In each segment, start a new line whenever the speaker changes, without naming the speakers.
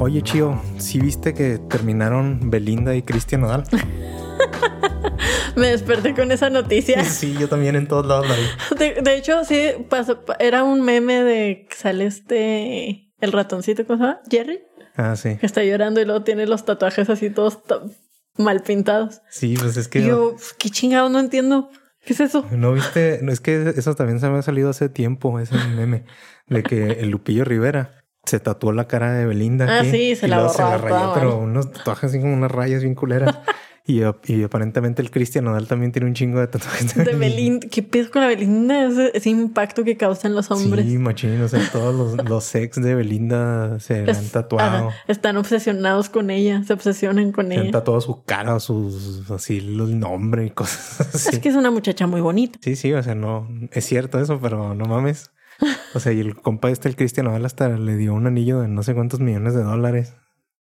Oye, Chío, ¿sí viste que terminaron Belinda y Cristian Nodal?
Me desperté con esa noticia.
Sí, yo también en todos lados la vi.
De, de hecho, sí, pasó, era un meme de que sale este, el ratoncito, ¿cómo se llama? Jerry,
Ah, sí.
que está llorando y luego tiene los tatuajes así todos ta- mal pintados.
Sí, pues es que...
Y yo, "Pf, qué chingado, no entiendo. ¿Qué es eso?
No viste, no es que eso también se me ha salido hace tiempo, ese meme de que el Lupillo Rivera se tatuó la cara de Belinda.
Ah,
aquí,
sí, se
y
la
luego
borró
rayó,
toda,
pero
¿no?
unos tatuajes así como unas rayas bien culeras. y, ap- y aparentemente el Cristian Nodal también tiene un chingo de tatuajes.
De Belinda, qué pedo con la Belinda, ese, ese impacto que causan los hombres.
Sí, machín, o sea, todos los, los ex de Belinda se la han
Es-
tatuado.
Pues, ajá, están obsesionados con ella, se obsesionan con
Se han
ella.
tatuado su cara, sus así el nombre y cosas así.
Es que es una muchacha muy bonita.
Sí, sí, o sea, no es cierto eso, pero no mames. O sea, y el compa este, el Cristian Nodal, hasta le dio un anillo de no sé cuántos millones de dólares.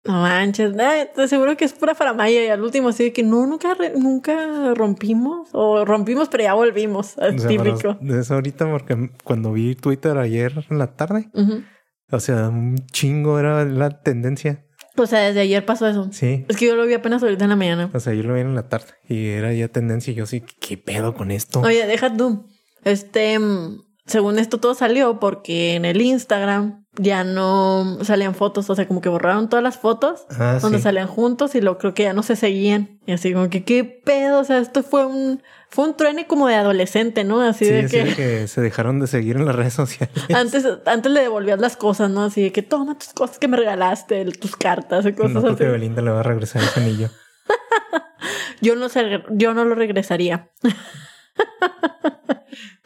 No manches, nah, te seguro que es pura faramaya y al último así de que no, nunca, re- nunca rompimos o rompimos pero ya volvimos,
O sea, pero
típico.
de eso ahorita, porque cuando vi Twitter ayer en la tarde,
Ujú.
o sea, un chingo era la tendencia.
O sea, desde ayer pasó eso.
Sí.
Es que yo lo vi apenas ahorita en la mañana.
O sea, yo lo vi en la tarde y era ya tendencia. Y yo sí, ¿qué pedo con esto?
Oye, deja tú. Este, mm, según esto todo salió porque en el Instagram ya no salían fotos, o sea, como que borraron todas las fotos
Ah,
donde
sí.
salían juntos y lo creo que ya no se seguían. Y así como que qué pedo, o sea, esto fue un fue un truene como de adolescente, ¿no? Así
Sí,
de
así
que
de que se dejaron de seguir en las redes sociales.
Antes, antes le devolvías las cosas, ¿no? Así de que toma tus cosas que me regalaste, el- tus cartas y
No
cosas
creo
así.
que Belinda le va a regresar ese anillo.
Yo no, se- yo no lo regresaría.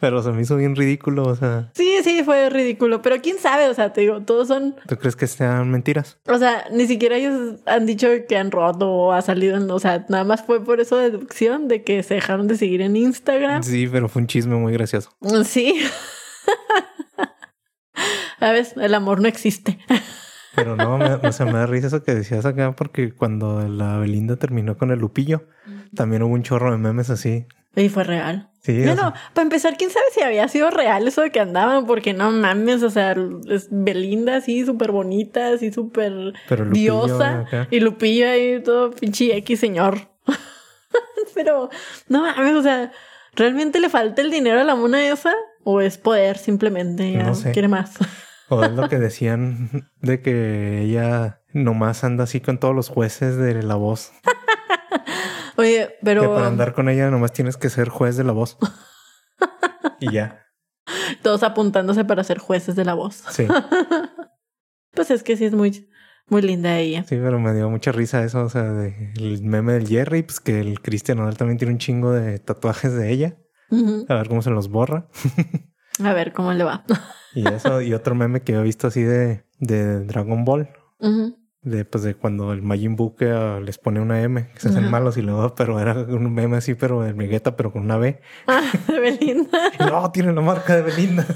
Pero se me hizo bien ridículo. O sea,
Sí, sí, fue ridículo. Pero quién sabe, o sea, te digo, todos son.
¿tú crees que sean mentiras?
O sea, ni siquiera ellos han dicho que han roto o ha salido. en- O sea, nada más fue por eso deducción de que se dejaron de seguir en Instagram.
Sí, pero fue un chisme muy gracioso.
Sí. ¿Sabes? El amor no existe.
Pero no, me, o sea, me da risa eso que decías acá, porque cuando la Belinda terminó con el Lupillo, también hubo un chorro de memes así.
Y fue real.
Sí, o
Bueno,
sea,
para empezar, quién sabe si había sido real eso de que andaban, porque no mames, o sea, es Belinda así, súper bonita, así, súper
pero el Lupillo
diosa,
acá.
y Lupillo ahí todo pinche X señor. Pero no mames, o sea, ¿realmente le falta el dinero a la mona esa? ¿O es poder simplemente? ya
No sé.
Quiere más.
O es lo que decían de que ella nomás anda así con todos los jueces de la voz.
Oye, pero.
Que para andar con ella nomás tienes que ser juez de la voz. Y ya.
todos apuntándose para ser jueces de la voz.
Sí,
Pues es que sí es muy, muy linda ella.
sí, pero me dio mucha risa eso. O sea, de- el meme del Jerry, pues que el Cristian Nodal también tiene un chingo de tatuajes de ella.
Ujú.
A ver cómo se los borra.
A ver cómo le va.
Y eso, y otro meme que yo he visto así de, de Dragon Ball,
Ujú.
de pues de cuando el Majin Buu que, ah, les pone una M, que se hacen
Ajá.
malos y luego, pero era un meme así, pero de Vegeta, pero con una B.
Ah, de Belinda.
Y no, tiene la marca de Belinda.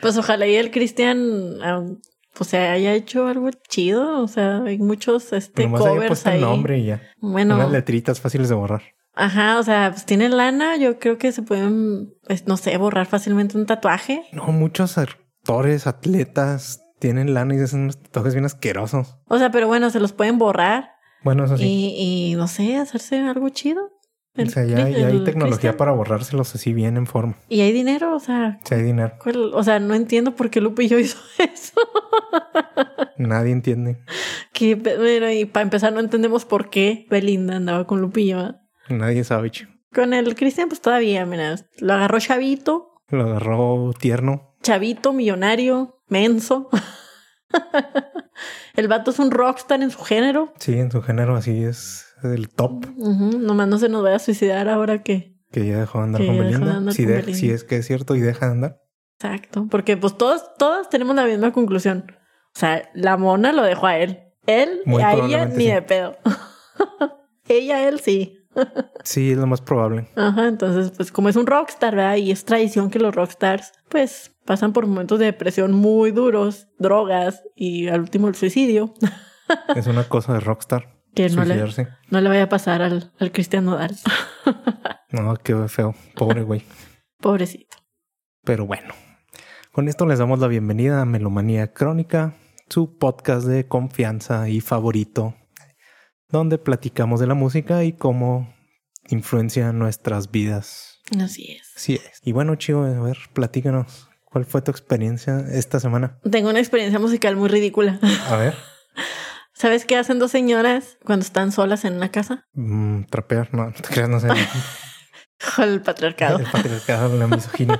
Pues ojalá y el Cristian ah, pues se haya hecho algo chido. O sea, hay muchos este
Nomás había
covers
puesto el
ahí.
nombre y ya.
Bueno,
Unas letritas fáciles de borrar.
ajá, o sea, pues tiene lana, yo creo que se pueden, pues, no sé, borrar fácilmente un tatuaje.
No, muchos actores, atletas, tienen lana y hacen unos tatuajes bien asquerosos.
O sea, pero bueno, se los pueden borrar
Bueno, eso Ah, sí.
y, y, no sé, hacerse algo chido.
o
El
sea, ya,
Cri-
ya hay
el
tecnología
Cristian.
para borrárselos así bien en forma.
Y hay dinero, o sea,
Si hay dinero,
¿cuál- o sea, no entiendo por qué Lupillo hizo eso.
nadie entiende.
Que, bueno, y para empezar no entendemos por qué Belinda andaba con Lupillo. ¿verdad?
Nadie sabe, chico.
Con el Cristian, pues todavía, mira, lo agarró chavito,
Lo agarró tierno.
chavito, millonario, menso. el vato es un rockstar en su género.
Sí, en su género así es el top
Ujú, Nomás no se nos vaya a suicidar ahora que.
que ya dejó de andar
Que
con
ya dejó de
Belinda.
andar
si,
con
de-
Belinda.
si es que es cierto y deja de andar.
Exacto. Porque pues todos, todos tenemos la misma conclusión. O sea, la mona lo dejó a él. Él
Muy
a ella
probablemente
ni
sí.
de pedo. ella, él sí.
Sí, es lo más probable.
Ajá, entonces, pues como es un rockstar, ¿verdad? Y es tradición que los rockstars, pues, pasan por momentos de depresión muy duros, drogas y al último el suicidio,
Es una cosa de rockstar.
que no le,
suicidarse.
no le vaya a pasar al, al Cristian Nodal.
No, qué feo. Pobre güey.
Pobrecito.
Pero bueno. Con esto les damos la bienvenida a Melomanía Crónica, su podcast de confianza y favorito, donde platicamos de la música y cómo influencia nuestras vidas.
Así es.
Así es. Y bueno, Chivo, a ver, platícanos. ¿Cuál fue tu experiencia esta semana?
Tengo una experiencia musical muy ridícula.
A ver,
¿Sabes qué hacen dos señoras cuando están solas en una casa?
mm, trapear, no, no te creas, no sé.
El patriarcado.
El patriarcado, la misoginia.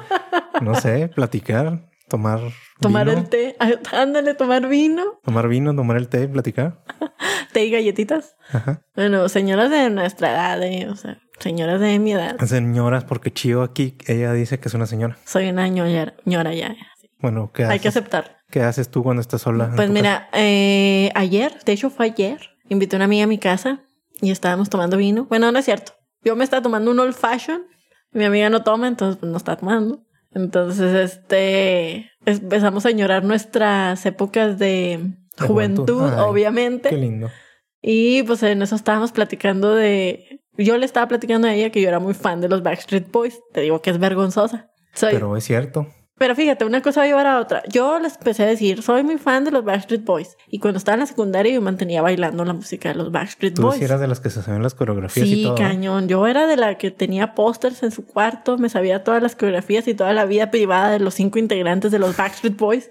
No sé, platicar, tomar
Tomar
vino,
el té. Ay, Ándale, tomar vino,
tomar vino, tomar el té, platicar.
té y galletitas.
Ajá.
Bueno, señoras de nuestra edad, eh, o sea, señoras de mi edad.
Ah. Señoras, porque Chivo aquí, ella dice que es una señora.
Soy una ñoñera- ñora ya.
Bueno, ¿qué
Hay que
haces,
aceptar.
¿qué haces tú cuando estás sola? en
Pues
tu
mira, eh, ayer, de hecho fue ayer, invité a una amiga a mi casa y estábamos tomando vino. Bueno, no es cierto. Yo me estaba tomando un old fashion. Mi amiga no toma, entonces pues, no está tomando. Entonces, este, empezamos a llorar nuestras épocas de
De
juventud,
juventud. Ay,
obviamente.
casa? Qué lindo.
Y pues en eso estábamos platicando de. Yo le estaba platicando a ella que yo era muy fan de los Backstreet Boys. Te digo que es vergonzosa. Soy, pero,
Pero es cierto.
fíjate, una cosa va a llevar a otra. Yo les empecé a decir, soy muy fan de los Backstreet Boys. Y cuando estaba en la secundaria, yo mantenía bailando la música de los Backstreet
Tú
Boys.
sí eras de las que se saben las coreografías y
Sí,
todo. ¿eh?
cañón. Yo era de la que tenía pósters en su cuarto, me sabía todas las coreografías y toda la vida privada de los cinco integrantes de los Backstreet Boys.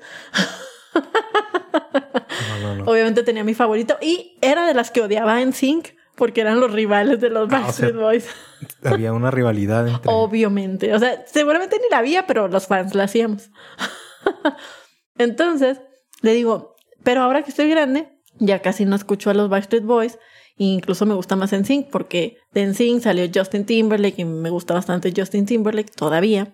No, no, no.
Obviamente tenía mi favorito y era de las que odiaba en Sync porque eran los rivales de los
Ah, o
Backstreet
sea,
Boys.
Había una rivalidad entre.
Obviamente. O sea, seguramente ni la había, pero los fans la hacíamos. Entonces, le digo, pero ahora que estoy grande, ya casi no escucho a los Backstreet Boys. e Incluso me gusta más NSYNC porque de NSYNC salió Justin Timberlake y me gusta bastante Justin Timberlake todavía.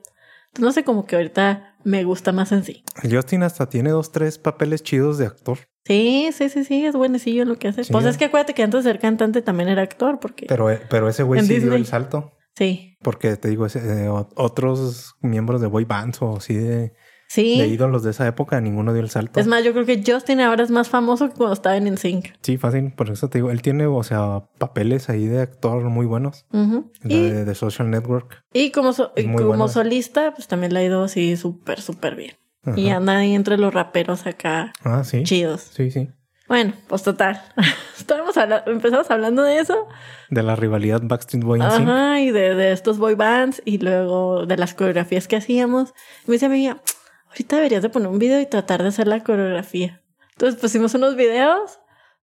Entonces, no sé, como que ahorita me gusta más NSYNC.
Justin hasta tiene dos, tres papeles chidos de actor,
Sí, sí, sí, sí, es buenecillo en lo que hace.
Sí,
pues
¿no?
es que acuérdate que antes de ser cantante también era actor porque...
pero, eh, pero ese güey
En
sí dio
Disney.
el salto.
sí,
Porque te digo, ese, eh, o- otros miembros de boy bands o así de,
sí.
de ídolos de esa época, ninguno dio el salto.
Es más, yo creo que Justin ahora es más famoso que cuando estaba en NSYNC.
Sí, fácil. Por eso te digo, él tiene, o sea, papeles ahí de actor muy buenos.
Ujú.
La
Y,
de, de Social Network.
y como, so-
es
y
muy
como
buena.
solista, pues también la ha ido así súper, súper bien.
Ajá.
Y anda ahí entre los raperos acá
Ah, sí.
chidos.
Sí, sí.
Bueno, pues total. Estábamos habla- empezamos hablando de eso.
De la rivalidad Backstreet Boy en sí.
Ajá, y de, de estos boy bands y luego de las coreografías que hacíamos. Y me dice mi amiga, ahorita deberías de poner un video y tratar de hacer la coreografía. Entonces pusimos unos videos,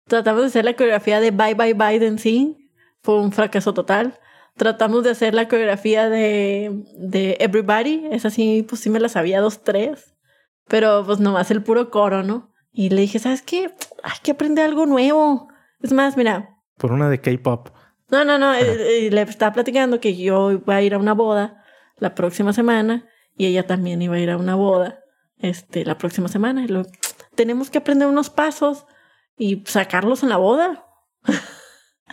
tratamos de hacer la coreografía de Bye Bye Bye de NSYNC, fue un fracaso total. Tratamos de hacer la coreografía de, de Everybody, esa sí, pues sí me la sabía dos, tres, pero pues nomás el puro coro, ¿no? Y le dije, ¿sabes qué? Hay que aprender algo nuevo. Es más, mira,
Por una de K-pop.
no, no, no. eh, eh, le estaba platicando que yo iba a ir a una boda la próxima semana y ella también iba a ir a una boda este, la próxima semana. Y luego, tenemos que aprender unos pasos y sacarlos en la boda.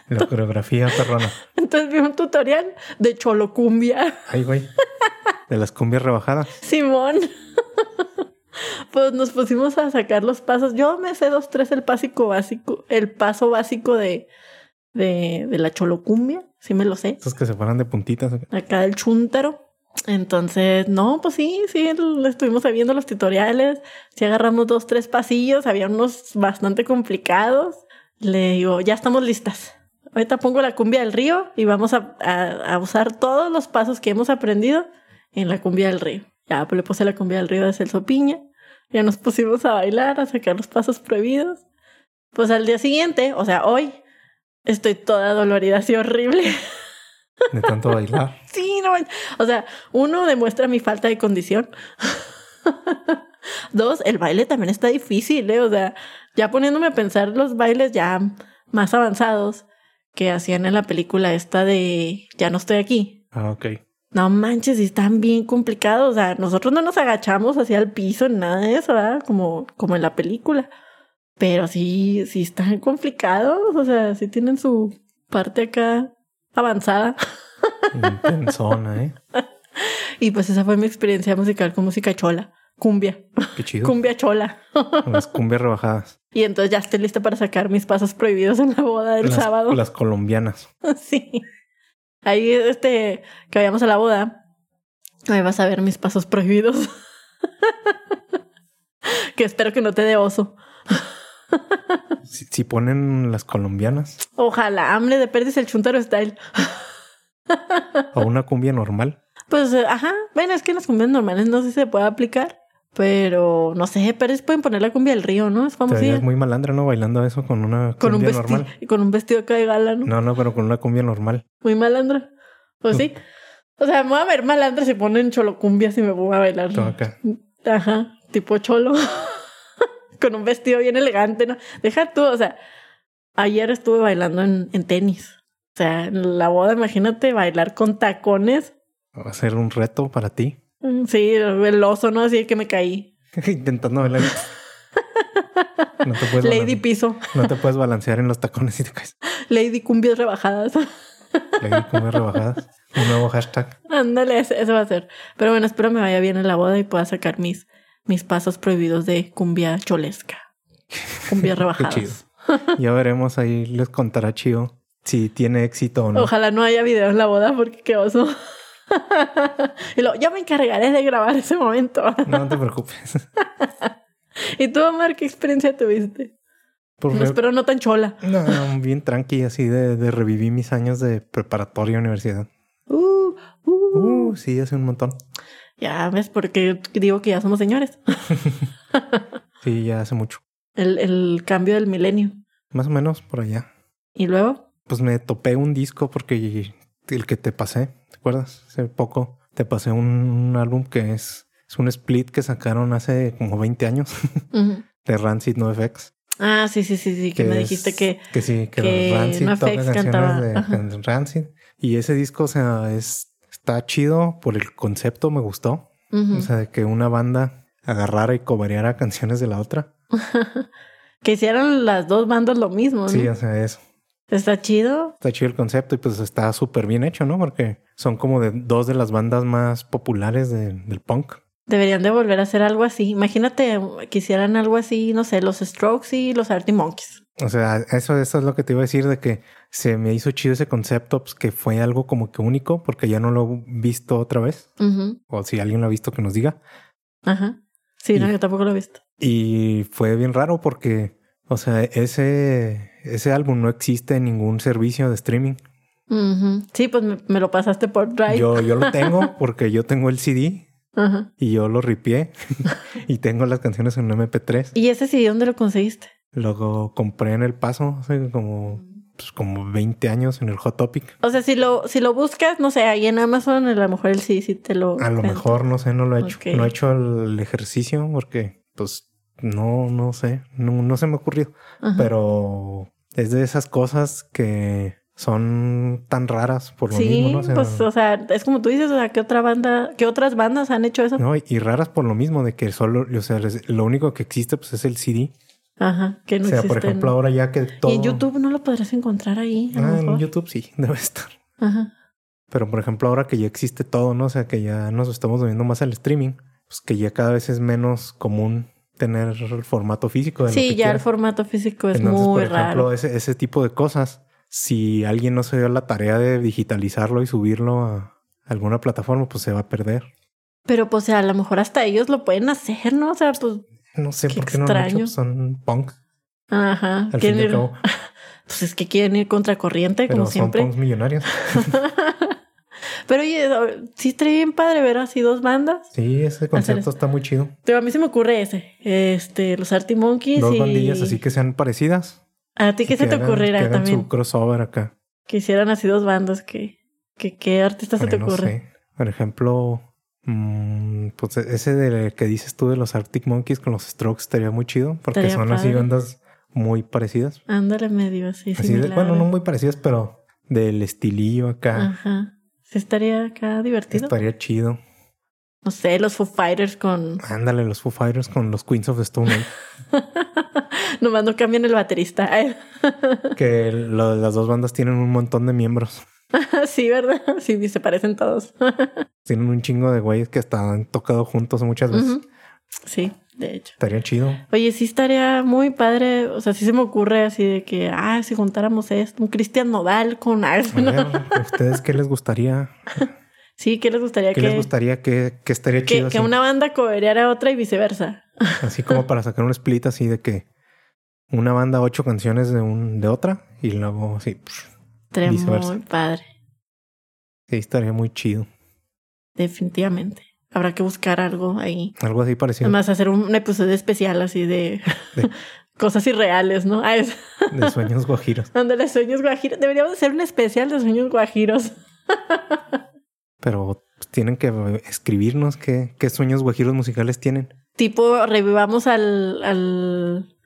La coreografía perrona.
Entonces vi un tutorial de Cholocumbia,
Ay, güey. De las cumbias rebajadas.
Simón. Pues nos pusimos a sacar los pasos. Yo me sé dos, tres el básico básico, el paso básico de, de, de la cholocumbia, sí me lo sé.
Esas que se paran de puntitas.
acá del chúntaro. Entonces, no, pues sí, sí, le estuvimos ahí viendo los tutoriales, sí agarramos dos, tres pasillos, había unos bastante complicados. Le digo, ya estamos listas. Ahorita pongo la cumbia del río y vamos a, a- a usar todos los pasos que hemos aprendido en la cumbia del río. Ya, pues le puse la cumbia del río de Celso Piña, ya nos pusimos a bailar, a sacar los pasos prohibidos. Pues al día siguiente, o sea, hoy, estoy toda dolorida, así horrible.
De tanto bailar.
Sí, no manches. O sea, uno demuestra mi falta de condición. Dos, el baile también está difícil, ¿eh? O sea, ya poniéndome a pensar los bailes ya más avanzados que hacían en la película esta de Ya no estoy aquí.
Ah, ok.
No manches, y están bien complicados. O sea, nosotros no nos agachamos hacia el piso, ni nada de eso, ¿verdad? Como, como en la película. Pero sí, sí están complicados. O sea, sí tienen su parte acá avanzada.
Intensona, ¿eh?
Y pues esa fue mi experiencia musical con música chola, cumbia,
Qué chido.
cumbia chola.
Las cumbias rebajadas.
Y entonces ya estoy lista para sacar mis pasos prohibidos en la boda del
las,
sábado.
Las colombianas.
Sí. Ahí, este, que vayamos a la boda, ahí vas a ver mis pasos prohibidos. que espero que no te dé oso.
Si, si ponen las colombianas
Ojalá, AMLE de Pérez el Chuntaro Style.
o una cumbia normal.
Pues, eh, ajá, bueno, es que en las cumbias normales no sé si se puede aplicar, pero no sé, Pérez pueden poner la cumbia del río, ¿no? Es
Te
famosilla.
verías muy malandra, ¿no? Bailando eso con una
Con un,
cumbia
vestido,
normal.
con un vestido acá de gala, ¿no?
No, no, pero con una cumbia normal.
Muy malandra. Pues sí. O sea, me voy a ver malandra si ponen cholocumbias y me voy a bailar.
Todo acá.
Ajá, tipo cholo. Con un vestido bien elegante, ¿no? Deja tú, o sea, ayer estuve bailando en, en tenis. O sea, en la boda, imagínate bailar con tacones.
Va a ser un reto para ti.
Mm, Sí, el oso, ¿no? Así que me caí.
Intentando bailar. Pues No te, puedes
Lady
balan-
piso,
no te puedes balancear en los tacones y te caes.
Lady cumbias rebajadas.
Lady cumbia rebajadas. Un nuevo hashtag.
Ándale, ese- eso va a ser. Pero bueno, espero me vaya bien en la boda y pueda sacar mis, mis pasos prohibidos de cumbia cholesca. Cumbia rebajadas.
chido. Ya veremos ahí. Les contará Chio si tiene éxito o no.
Ojalá no haya video en la boda porque qué oso. y luego, ya me encargaré de grabar ese momento.
No, no te preocupes.
¿Y tú, Omar, qué experiencia tuviste?
Por
No,
re-
espero no tan chola.
No, bien tranqui, así de, de reviví mis años de preparatoria y universidad.
Uh, uh.
Uh, sí, hace un montón.
Ya ves, porque digo que ya somos señores.
Sí, ya hace mucho.
El, el cambio del milenio.
Más o menos por allá.
Y luego,
Pues me topé un disco porque el que te pasé, ¿te acuerdas? Hace poco te pasé un álbum que es, es un split que sacaron hace como 20 años
ujú.
de Rancid No FX.
ah, sí, sí, sí, sí, que me
es-
dijiste que
Que sí, que,
que
Rancid
NoFX
toca canciones
cantaba,
de
ajá.
de Rancid. Y ese disco, o sea, es, está chido por el concepto, me gustó.
ujú,
O sea, de que una banda agarrara y cobereara canciones de la otra.
que hicieron las dos bandas lo mismo. ¿no?
Sí, o sea, eso.
Está chido.
Está chido el concepto y pues está súper bien hecho, ¿no? Porque son como de dos de las bandas más populares de- del punk.
Deberían de volver a hacer algo así. Imagínate que hicieran algo así, no sé, los Strokes y los Artie Monkeys.
O sea, eso, eso es lo que te iba a decir de que se me hizo chido ese concepto, pues que fue algo como que único, porque ya no lo he visto otra vez.
Ujú,
O si alguien lo ha visto, que nos diga.
Ajá. Sí, no,
Y-
yo tampoco lo he visto.
Y fue bien raro porque, o sea, ese, ese álbum no existe en ningún servicio de streaming.
Ujú. Sí, pues me, me lo pasaste por Drive.
Yo, yo lo tengo porque yo tengo el CD
Ajá.
y yo lo ripié y tengo las canciones en un MP3.
¿Y ese sí dónde lo conseguiste?
Lo compré en El Paso hace como, pues, como 20 años en el Hot Topic.
O sea, si lo, si lo buscas, no sé, ahí en Amazon, a lo mejor él sí, sí te lo.
A lo
vende.
mejor, no sé, no lo he hecho.
Oh, Ok.
No he hecho el ejercicio porque, pues, no, no sé, no, no se me ha ocurrido.
Ajá.
Pero es de esas cosas que son tan raras por lo
sí,
mismo, ¿no? O sea,
pues, o sea, es como tú dices, o sea, ¿qué otra banda, qué otras bandas han hecho eso?
no, y- y raras por lo mismo de que solo, o sea, les- lo único que existe pues es el CD.
Ajá, que no
o sea, por
existen.
ejemplo, ahora ya que todo...
Y en YouTube no lo podrás encontrar ahí. A lo
Ah, en
mejor.
YouTube sí, debe estar.
Ajá.
Pero por ejemplo, ahora que ya existe todo, ¿no? O sea, que ya nos estamos moviendo más al streaming, pues que ya cada vez es menos común tener el formato físico. De lo
Sí,
que
ya el
quieras.
formato físico es
Entonces,
muy
por ejemplo,
raro.
ese, ese tipo de cosas, si alguien no se dio la tarea de digitalizarlo y subirlo a alguna plataforma, pues se va a perder.
Pero pues o sea, a lo mejor hasta ellos lo pueden hacer, ¿no? O sea, pues,
No sé
Qué
por qué no lo han hecho,
extraño.
pues, son punk,
ajá.
al fin
quieren
y al
ir-
cabo,
Pues es que quieren ir contracorriente,
pero
como
son
siempre.
punks millonarios.
Pero oye, o- sí estaría bien padre ver así dos bandas.
Sí, ese concepto
esto.
está muy chido.
Pero a mí se me ocurre ese. Este, los Artie Monkeys
Dos
y...
bandillas así que sean parecidas.
A ti qué
y
se te
hagan- que
ocurrirá
hagan
también.
su crossover acá.
Que hicieran así dos bandas que... que ¿Qué artista se
Ay,
te
no
ocurre?
sé. Por ejemplo, mm, pues ese de que dices tú de los Arctic Monkeys con los Strokes estaría muy chido porque
Estaría
son así
padre.
bandas muy parecidas.
Ándale medio así,
Así de- bueno,
similares.
no muy parecidas, pero del estilillo acá
Ajá. Sí estaría acá divertido.
estaría chido.
No sé, los Foo Fighters con...
Ándale, los Foo Fighters con los Queens of Stone Age,
Nomás no cambian el baterista.
que lo- las dos bandas tienen un montón de miembros.
sí, ¿verdad? Sí, se parecen todos.
Tienen un chingo de güeyes que hasta han tocado juntos muchas veces.
Ujú. Sí, de hecho.
Estaría chido.
Oye, sí estaría muy padre, o sea, sí se me ocurre así de que, ah, si juntáramos esto, un Cristian Nodal con
A
algo,
ver, ¿a ¿ustedes qué les gustaría?
Sí, ¿qué les gustaría
¿Qué
que,
les gustaría que, que estaría
que,
chido?
que
así?
una banda cobereara a otra y viceversa?
Así como para sacar un split así de que una banda ocho canciones de un de otra y luego sí. pf,
Estaría
Viceversa.
muy padre,
Sí, estaría muy chido.
definitivamente. Habrá que buscar algo ahí.
Algo así parecido.
Además, hacer un, un episodio especial así de,
De-
cosas irreales, ¿no? Ah, es
De sueños guajiros.
donde los sueños guajiros. Deberíamos hacer un especial de sueños guajiros.
Pero pues, tienen que escribirnos qué, qué sueños guajiros musicales tienen.
Tipo, revivamos al, al,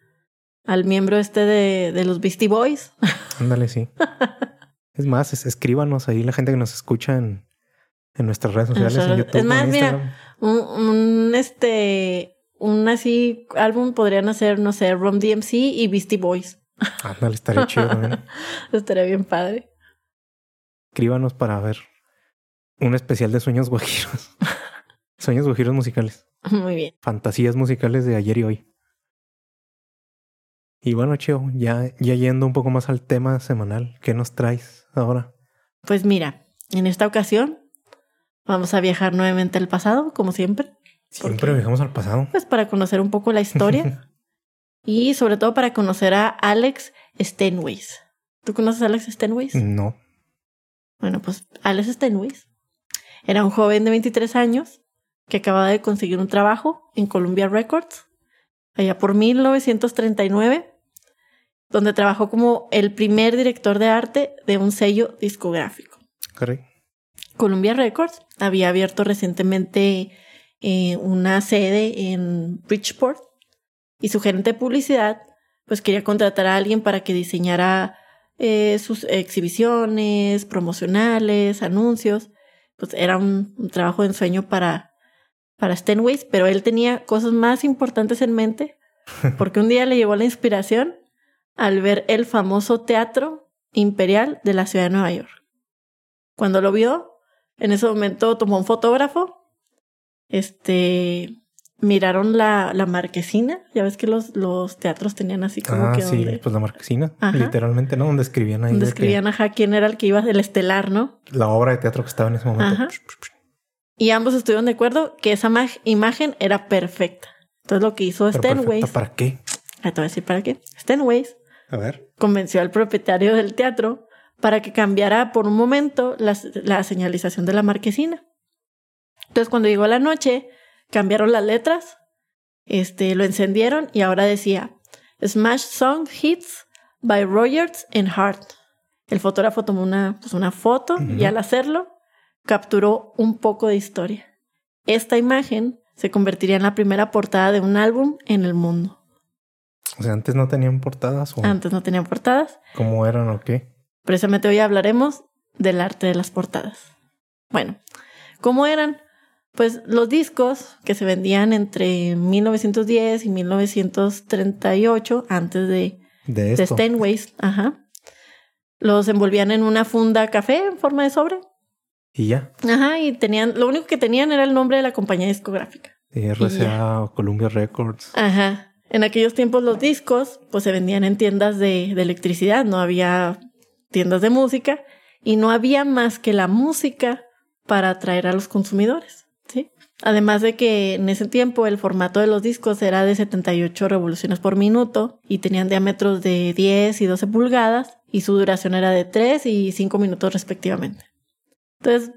al miembro este de, de los Beastie Boys.
Ándale, sí. Es más, es- escríbanos ahí la gente que nos escucha en, en nuestras redes sociales, en,
nuestras-
YouTube,
es más,
en
mira,
Instagram.
Un, un, este, un así álbum podrían hacer, no sé, Rom DMC y Beastie Boys.
Ándale, estaría chido también.
Estaría bien padre.
Escríbanos para ver un especial de sueños guajiros. sueños guajiros musicales.
Muy bien.
fantasías musicales de ayer y hoy. Y bueno, Chio, ya, ya yendo un poco más al tema semanal, ¿qué nos traes ahora?
Pues mira, en esta ocasión vamos a viajar nuevamente al pasado, como siempre,
Siempre
qué?
viajamos al pasado.
pues para conocer un poco la historia y sobre todo para conocer a Alex Stenways. ¿Tú conoces a Alex Stenways?
no.
Bueno, pues Alex Stenways era un joven de 23 años que acababa de conseguir un trabajo en Columbia Records, allá por 1939, donde trabajó como el primer director de arte de un sello discográfico.
Caray.
Columbia Records había abierto recientemente eh, una sede en Bridgeport y su gerente de publicidad pues quería contratar a alguien para que diseñara eh, sus exhibiciones, promocionales, anuncios. Pues era un, un trabajo de ensueño para, para Stenways, pero él tenía cosas más importantes en mente porque un día le llevó la inspiración al ver el famoso teatro imperial de la ciudad de Nueva York. Cuando lo vio, en ese momento tomó un fotógrafo. Este. Miraron la, la marquesina. Ya ves que los, los teatros tenían así como
Ah,
que.
sí,
donde-
pues la marquesina,
Ajá.
literalmente, ¿no? Donde escribían ahí
donde
de que
escribían ajá quién era el que iba, el estelar, ¿no?
la obra de teatro que estaba en ese momento.
Ajá.
pues.
Y ambos estuvieron de acuerdo que esa ma- imagen era perfecta. Entonces lo que hizo
Pero perfecta,
Stenways,
¿Para qué?
ah, te voy a decir para qué, Stenways
A ver.
convenció al propietario del teatro para que cambiara por un momento la, la señalización de la marquesina. Entonces cuando llegó la noche, cambiaron las letras, este, lo encendieron y ahora decía Smash Song Hits by Rogers and Hart. El fotógrafo tomó una, pues, una foto y
Ujú.
al hacerlo capturó un poco de historia. Esta imagen se convertiría en la primera portada de un álbum en el mundo.
O sea, antes no tenían portadas o
Antes no tenían portadas.
cómo eran o qué.
Precisamente hoy hablaremos del arte de las portadas. Bueno, ¿cómo eran? Pues los discos que se vendían entre 1910 y 1938, antes de,
De
de este-
esto.
Steinways, ajá, los envolvían en una funda café en forma de sobre.
Y ya.
Ajá, y tenían, lo único que tenían era el nombre de la compañía discográfica.
Y RCA o Columbia Records.
Ajá. En aquellos tiempos los discos pues se vendían en tiendas de, de electricidad, no había tiendas de música y no había más que la música para atraer a los consumidores, ¿sí? Además de que en ese tiempo el formato de los discos era de 78 revoluciones por minuto y tenían diámetros de 10 y 12 pulgadas y su duración era de 3 y 5 minutos respectivamente. Entonces,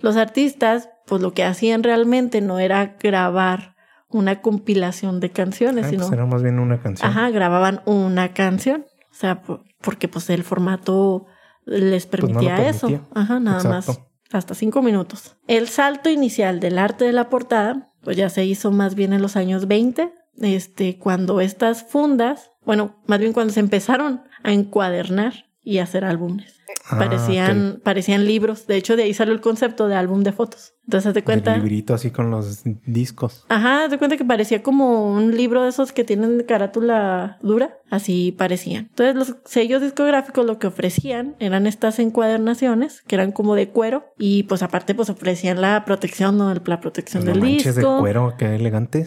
los artistas pues lo que hacían realmente no era grabar una compilación de canciones,
Ah,
sino
pues era más bien una canción.
Ajá, grababan una canción. O sea, po- porque pues el formato les
Pues, no lo
permitía eso.
permitía.
Ajá, nada más.
Exacto.
Hasta cinco minutos. El salto inicial del arte de la portada, pues ya se hizo más bien en los años 20, este, cuando estas fundas, bueno, más bien cuando se empezaron a encuadernar y hacer álbumes.
Ah,
parecían,
ok.
parecían libros. De hecho, de ahí salió el concepto de álbum de fotos. Entonces, haz de cuenta.
Del librito así con los discos.
Ajá, te cuenta que parecía como un libro de esos que tienen carátula dura, así parecían. Entonces los sellos discográficos lo que ofrecían eran estas encuadernaciones que eran como de cuero y pues aparte pues ofrecían la protección, ¿no? El- la protección
Los
del
manches
disco
de cuero, qué elegantes.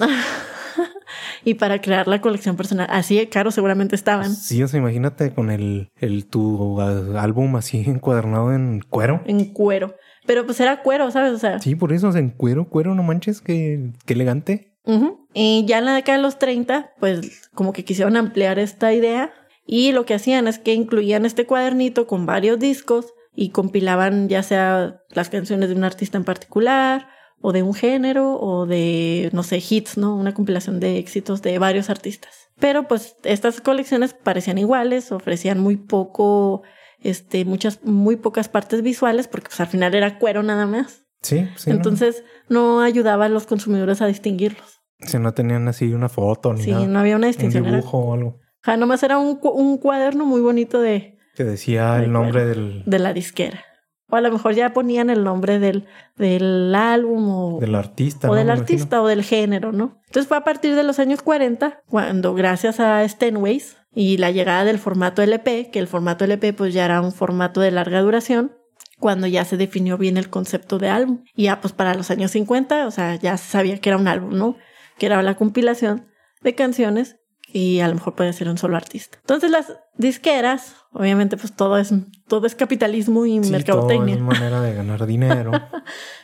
y para crear la colección personal. Así de caro seguramente estaban.
Pues Sí, o sea, imagínate con el, el tu ah, álbum así encuadernado en cuero.
En cuero. Pero pues era cuero, ¿sabes? O sea,
Sí, por eso, o sea, en cuero, cuero, no manches, qué, qué elegante.
ujú. Y ya en la década de los 30, pues como que quisieron ampliar esta idea y lo que hacían es que incluían este cuadernito con varios discos y compilaban ya sea las canciones de un artista en particular o de un género o de, no sé, hits, ¿no? Una compilación de éxitos de varios artistas. Pero pues estas colecciones parecían iguales, ofrecían muy poco, este, muchas, muy pocas partes visuales porque pues al final era cuero nada más.
Sí, sí. ¿no?
Entonces no ayudaba a los consumidores a distinguirlos.
Si no tenían así una foto ni
Sí,
nada,
no había una
un
distinción. era-
dibujo o algo
ajá, nomás era un, cu- un cuaderno muy bonito de,
que decía
Ay,
el nombre del,
de la disquera. O a lo mejor ya ponían el nombre del, del álbum o,
del artista.
o
¿no?
del
Me imagino.
artista o del género, ¿no? Entonces fue a partir de los años 40 cuando gracias a Steinways y la llegada del formato LP, que el formato LP pues ya era un formato de larga duración, cuando ya se definió bien el concepto de álbum. Y ya pues para los años 50, o sea, ya se sabía que era un álbum, ¿no? Que era la compilación de canciones y a lo mejor puede ser un solo artista. Entonces las disqueras, obviamente pues todo es, todo es capitalismo y
Sí, todo
mercadotecnia.
es manera de ganar dinero.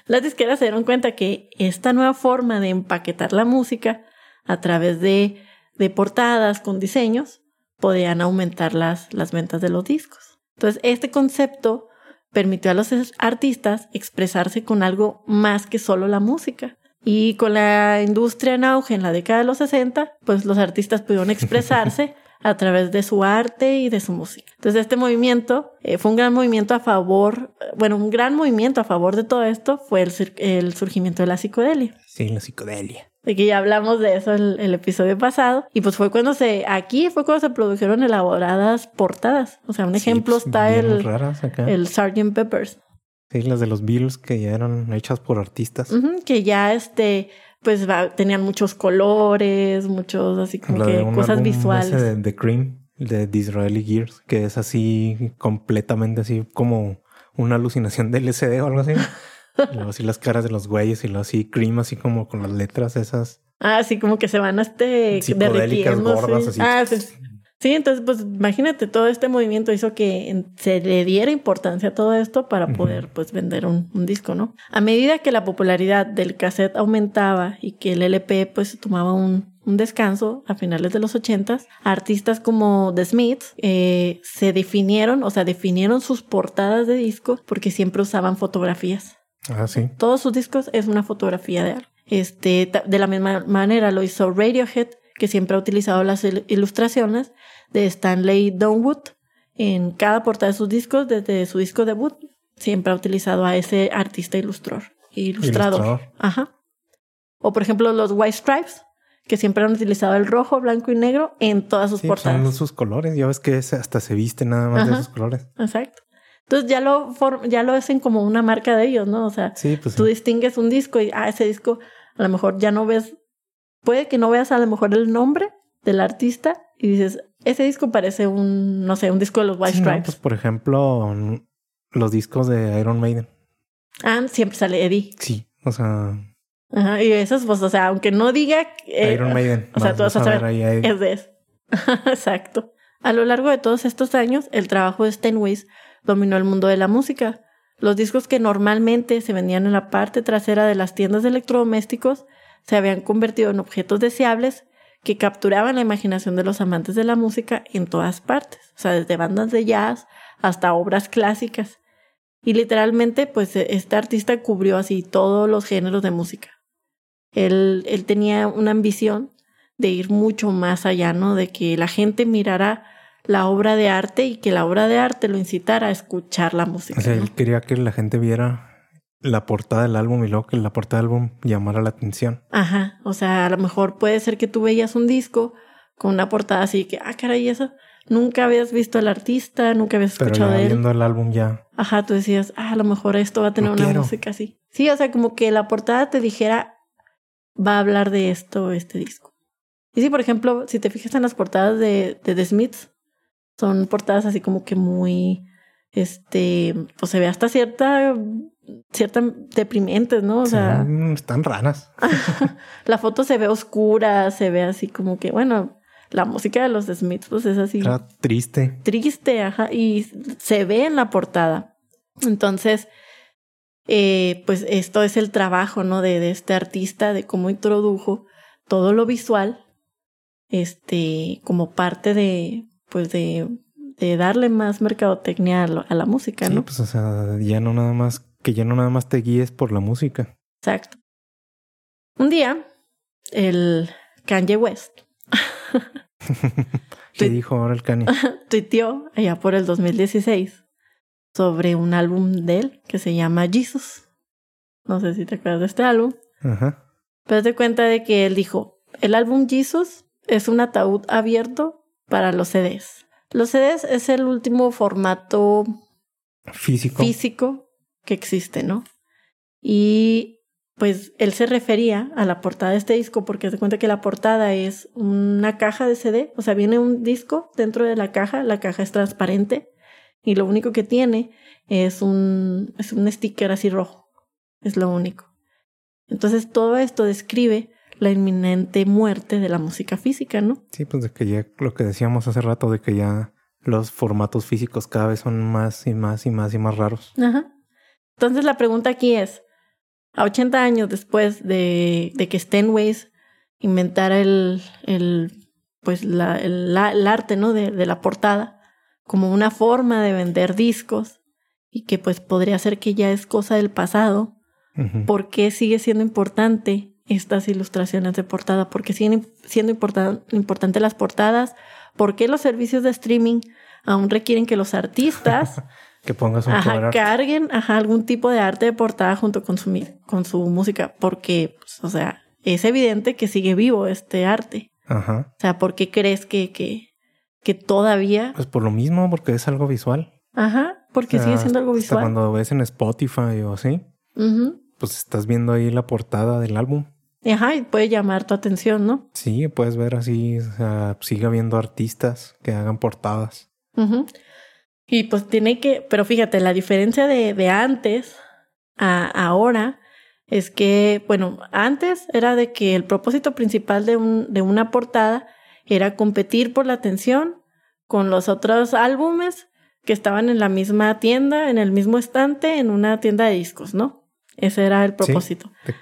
Las disqueras se dieron cuenta que esta nueva forma de empaquetar la música a través de, de portadas con diseños podían aumentar las, las ventas de los discos. Entonces, este concepto permitió a los es- artistas expresarse con algo más que solo la música. Y con la industria en auge en la década de los 60, pues los artistas pudieron expresarse a través de su arte y de su música. Entonces este movimiento eh, fue un gran movimiento a favor, eh, bueno, un gran movimiento a favor de todo esto fue el, cir- el surgimiento de la psicodelia.
sí, la psicodelia.
De que ya hablamos de eso el, el episodio pasado. Y pues fue cuando se, aquí fue cuando se produjeron elaboradas portadas. O sea, un ejemplo
Sí, pues,
está
bien
el,
raras acá.
el Sgt. Peppers.
Sí, las de los Beatles que ya eran hechas por artistas.
Ujú, que ya este, pues va- tenían muchos colores, muchos así como
La de
que
un
cosas
álbum
visuales.
ese de The Cream, de Disraeli Gears, que es así completamente así como una alucinación del LCD o algo así. Y luego así las caras de los güeyes y luego así Cream así como con las letras esas.
Ah, así como que se van a este
Psicodélicas
derritiendo,
gordas,
sí.
así.
Ah, sí. Sí, entonces pues imagínate todo este movimiento hizo que en- se le diera importancia a todo esto para
Ujú.
poder pues vender un, un disco, ¿no? A medida que la popularidad del cassette aumentaba y que el LP pues tomaba un, un descanso a finales de los 80s, artistas como The Smiths eh, se definieron, o sea, definieron sus portadas de discos porque siempre usaban fotografías
Ah, sí.
todos sus discos es una fotografía de algo. Este, ta- de la misma manera lo hizo Radiohead, que siempre ha utilizado las il- ilustraciones de Stanley Donwood en cada portada de sus discos, desde su disco debut, siempre ha utilizado a ese artista ilustrador. Ilustrador.
Ilustrador.
Ajá. O por ejemplo los White Stripes, que siempre han utilizado el rojo, blanco y negro en todas sus
Sí, pues,
portadas.
son sus colores. Ya ves que ese hasta se viste nada más de
Ajá.
sus colores.
Exacto. Entonces ya lo, form- ya lo hacen como una marca de ellos, ¿no? O sea,
Sí, pues
tú
sí.
distingues un disco y ah, ese disco a lo mejor ya no ves, puede que no veas a lo mejor el nombre del artista y dices, ese disco parece un, no sé, un disco de los White
Sí, no,
Stripes.
pues, por ejemplo, n- los discos de Iron Maiden.
Ah, siempre sale Eddie.
Sí, o sea,
Ajá, y esas, pues, o sea, aunque no diga eh,
Iron Maiden.
o sea, tú vas a
ver
saber
ahí, ahí.
es de eso. Exacto. A lo largo de todos estos años, el trabajo de Steinways dominó el mundo de la música. Los discos que normalmente se vendían en la parte trasera de las tiendas de electrodomésticos se habían convertido en objetos deseables que capturaban la imaginación de los amantes de la música en todas partes, o sea, desde bandas de jazz hasta obras clásicas. Y literalmente, pues e- este artista cubrió así todos los géneros de música. Él, él tenía una ambición de ir mucho más allá, ¿no? De que la gente mirara la obra de arte y que la obra de arte lo incitara a escuchar la música.
O sea,
¿no?
él quería que la gente viera la portada del álbum y luego que la portada del álbum llamara la atención.
Ajá, o sea, a lo mejor puede ser que tú veías un disco con una portada así que, ah, caray, eso, nunca habías visto al artista, nunca habías
Pero
escuchado
ya
de él.
viendo el álbum ya.
Ajá, tú decías, ah, a lo mejor esto va a tener
Lo
una
quiero.
música así. Sí, o sea, como que la portada te dijera, va a hablar de esto este disco. Y sí, por ejemplo, si te fijas en las portadas de, de The Smiths, son portadas así como que muy, este, pues se ve hasta cierta, cierta deprimentes, ¿no? O sea,
Mm, están raras.
la foto se ve oscura, se ve así como que, bueno, la música de los Smiths pues es así
Era triste.
triste, ajá, y se ve en la portada. Entonces, eh, pues esto es el trabajo, ¿no? De, de este artista, de cómo introdujo todo lo visual, este, como parte de, pues de, de darle más mercadotecnia a, lo- a la música,
Sí,
¿no?
pues o sea, ya no nada más, que ya no nada más te guíes por la música.
Exacto. Un día, el Kanye West
¿Qué
Sí.
dijo ahora el Kanye?
tuiteó allá por el 2016 sobre un álbum de él que se llama Jesus. No sé si te acuerdas de este álbum.
Ajá.
Pero te cuenta de que él dijo, el álbum Jesus es un ataúd abierto para los CDs. Los CDs es el último formato
Físico.
físico que existe, ¿no? Y pues él se refería a la portada de este disco porque se cuenta que la portada es una caja de CD, o sea, viene un disco dentro de la caja, la caja es transparente y lo único que tiene es un, es un sticker así rojo, es lo único. Entonces todo esto describe la inminente muerte de la música física, ¿no?
Sí, pues de que ya lo que decíamos hace rato, de que ya los formatos físicos cada vez son más y más y más y más raros.
Ajá. Entonces la pregunta aquí es, a 80 años después de, de que Steinways inventara el, el, pues la- el, la- el arte ¿no? de, de la portada como una forma de vender discos y que pues podría ser que ya es cosa del pasado,
Ujú.
¿por qué sigue siendo importante estas ilustraciones de portada? ¿Por qué siguen siendo importan- importantes las portadas? ¿Por qué los servicios de streaming aún requieren que los artistas
Que pongas un
Ajá,
cover art.
carguen ajá, algún tipo de arte de portada junto con su, mi- con su música, porque, pues, o sea, es evidente que sigue vivo este arte.
Ajá.
O sea, ¿por qué crees que, que, que todavía?
Pues por lo mismo, porque es algo visual.
Ajá, porque
O sea,
sigue siendo algo
Ah, hasta
visual.
Cuando ves en Spotify o así,
Ujú.
pues estás viendo ahí la portada del álbum.
Ajá, y puede llamar tu atención, ¿no?
Sí, puedes ver así, o sea, sigue habiendo artistas que hagan portadas.
Ujú. Y pues tiene que, pero fíjate, la diferencia de, de antes a ahora es que, bueno, antes era de que el propósito principal de, un, de una portada era competir por la atención con los otros álbumes que estaban en la misma tienda, en el mismo estante, en una tienda de discos, ¿no? Ese era el propósito.
De-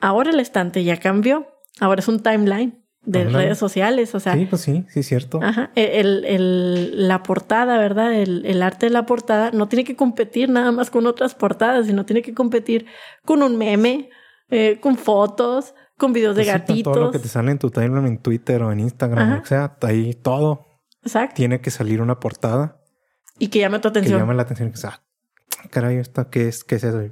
Ahora el estante ya cambió, ahora es un timeline de
Ándale.
redes sociales, o sea, ah,
sí, pues sí, sí, es cierto.
Ajá, el, el- la portada, ¿verdad? El, el arte de la portada no tiene que competir nada más con otras portadas, sino tiene que competir con un meme, eh, con fotos, con videos de
Pues sí, con
gatitos.
Todo lo que te sale en tu timeline, en Twitter o en Instagram,
Ajá.
o sea, ahí todo.
Exacto.
Tiene que salir una portada
Y que llame tu
que
atención.
llame la atención. Que sea, "Ah, caray, ¿esto qué es? ¿Qué es eso?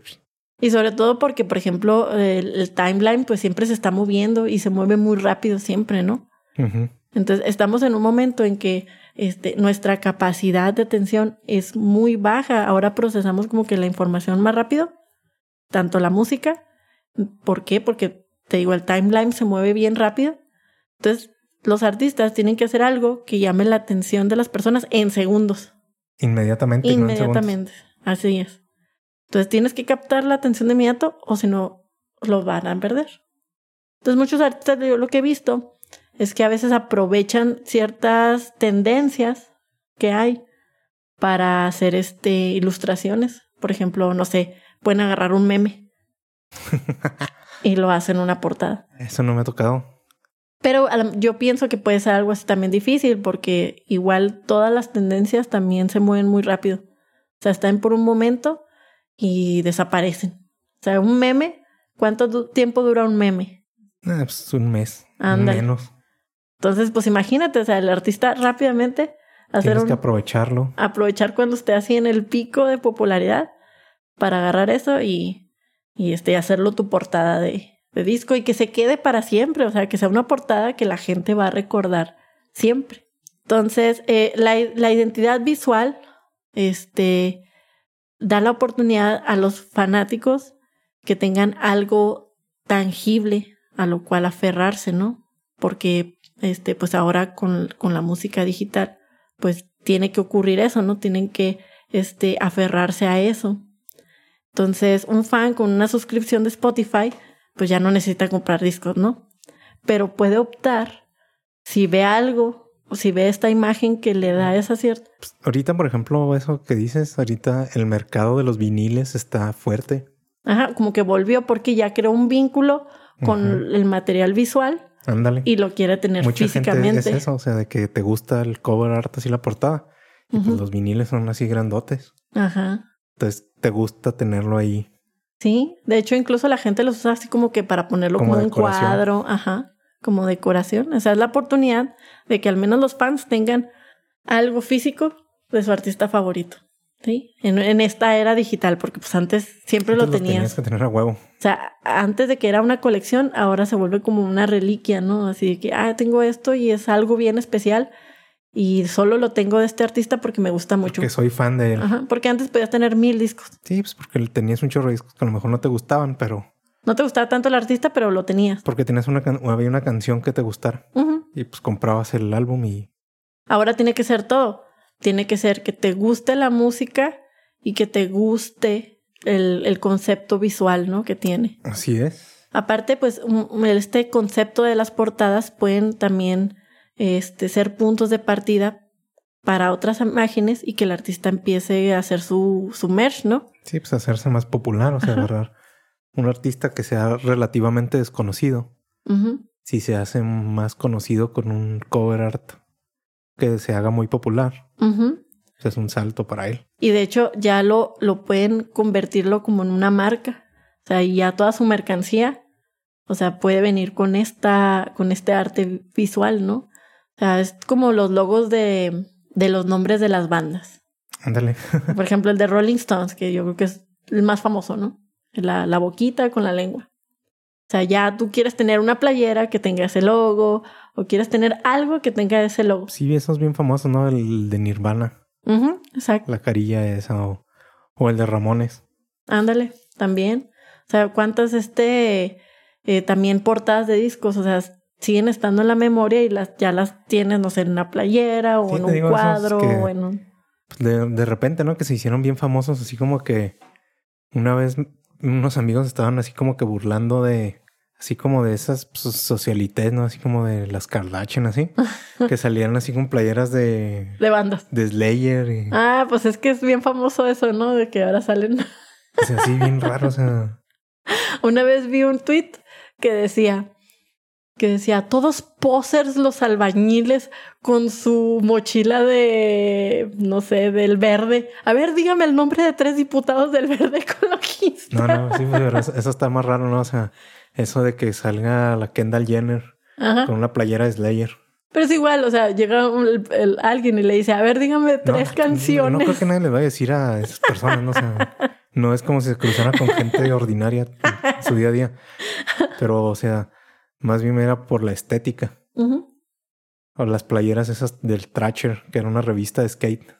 Y sobre todo porque, por ejemplo, el, el timeline pues siempre se está moviendo y se mueve muy rápido siempre, ¿no?
Ujú.
Entonces estamos en un momento en que este, nuestra capacidad de atención es muy baja. Ahora procesamos como que la información más rápido, tanto la música. ¿Por qué? Porque te digo, el timeline se mueve bien rápido. Entonces los artistas tienen que hacer algo que llame la atención de las personas en segundos,
Inmediatamente. no en segundos.
inmediatamente. Así es. Entonces tienes que captar la atención de inmediato o si no, lo van a perder. Entonces muchos artistas, yo lo que he visto es que a veces aprovechan ciertas tendencias que hay para hacer este ilustraciones. Por ejemplo, no sé, pueden agarrar un meme y lo hacen una portada.
Eso no me ha tocado.
Pero a la- yo pienso que puede ser algo así también difícil porque igual todas las tendencias también se mueven muy rápido. O sea, están por un momento y desaparecen. O sea, un meme, ¿cuánto du- tiempo dura un meme?
Ah, pues un mes.
Ándale.
Menos.
Entonces, pues imagínate, o sea, el artista rápidamente hacer
Tienes
un-
que aprovecharlo.
aprovechar cuando esté así en el pico de popularidad para agarrar eso y, y este, hacerlo tu portada de, de disco y que se quede para siempre, o sea, que sea una portada que la gente va a recordar siempre. Entonces, eh, la, i- la identidad visual este, da la oportunidad a los fanáticos que tengan algo tangible a lo cual aferrarse, ¿no? Porque este, pues ahora con, con la música digital pues tiene que ocurrir eso, ¿no? Tienen que este, aferrarse a eso. Entonces, un fan con una suscripción de Spotify, pues ya no necesita comprar discos, ¿no? Pero puede optar si ve algo o si ve esta imagen que le da esa cierta.
Pues, Ahorita, por ejemplo, eso que dices, ahorita el mercado de los viniles está fuerte.
Ajá, como que volvió porque ya creó un vínculo con
Ujú.
el material visual
Ándale.
y lo quiere tener
Mucha gente
físicamente.
es eso, o sea, de que te gusta el cover art así la portada. Y pues
Ujú.
los viniles son así grandotes.
Ajá.
Entonces te gusta tenerlo ahí.
Sí, de hecho incluso la gente los usa así como que para ponerlo
Como
como, un
decoración.
cuadro, ajá, como decoración. O sea, es la oportunidad de que al menos los fans tengan algo físico de su artista favorito. Sí, en, en esta era digital, porque pues antes siempre
Antes
lo tenías.
tenías que tener a huevo.
O sea, antes de que era una colección, ahora se vuelve como una reliquia, ¿no? Así de que, ah, tengo esto y es algo bien especial y solo lo tengo de este artista porque me gusta mucho.
Que soy fan de él.
Ajá, porque antes podías tener mil discos.
Sí, pues porque tenías un chorro de discos que a lo mejor no te gustaban, pero
No te gustaba tanto el artista, pero lo tenías.
porque tenías una, can- había una canción que te gustara.
Ujú.
Y pues comprabas el álbum y
Ahora tiene que ser todo. Tiene que ser que te guste la música y que te guste el, el concepto visual, ¿no? Que tiene.
así es.
Aparte, pues un- un- este concepto de las portadas pueden también este, ser puntos de partida para otras imágenes y que el artista empiece a hacer su, su merch, ¿no?
Sí, pues hacerse más popular, o sea,
Ajá.
agarrar un artista que sea relativamente desconocido.
Ujú.
Si se hace más conocido con un cover art que se haga muy popular,
Ujú.
pues es un salto para él.
Y de hecho ya lo, lo pueden convertirlo como en una marca. O sea, y ya toda su mercancía, o sea, puede venir con esta, con este arte visual, ¿no? O sea, es como los logos de, de los nombres de las bandas.
Ándale.
Por ejemplo, el de Rolling Stones, que yo creo que es el más famoso, ¿no? La, la boquita con la lengua. O sea, ya tú quieres tener una playera que tenga ese logo o quieres tener algo que tenga ese logo.
Sí, esos bien famosos, ¿no? El de Nirvana,
Ujú, exacto.
la carilla esa o, o el de Ramones.
Ándale, también. O sea, cuántas este eh, también portadas de discos, o sea, siguen estando en la memoria y las ya las tienes, no sé, en una playera o
Sí,
en
te
un
digo, esos
cuadro
que-
o en un...
Pues, de, de repente, ¿no? Que se hicieron bien famosos, así como que una vez unos amigos estaban así como que burlando de, así como de esas pues, socialites, ¿no? Así como de las Kardashian, así, que salían así con playeras de,
de bandas.
de Slayer y
Ah, pues es que es bien famoso eso, ¿no? De que ahora salen
o sea, así bien raro, o sea,
Una vez vi un tweet que decía que decía todos posers los albañiles con su mochila de no sé del verde. A ver, dígame el nombre de tres diputados del verde ecologista.
no, no, sí, pues, pero eso, eso está más raro, ¿no? O sea, eso de que salga la Kendall Jenner
Ajá.
con una playera de Slayer.
Pero es igual, o sea, llega un- el- el- alguien y le dice, a ver, dígame
No,
tres
no, No,
canciones.
creo que nadie le va a decir a esas personas, ¿no? O sea, no es como si se cruzara con gente ordinaria en su día a día. Pero, o sea, más bien era por la estética.
Ujú.
O las playeras esas del Thrasher, que era una revista de skate.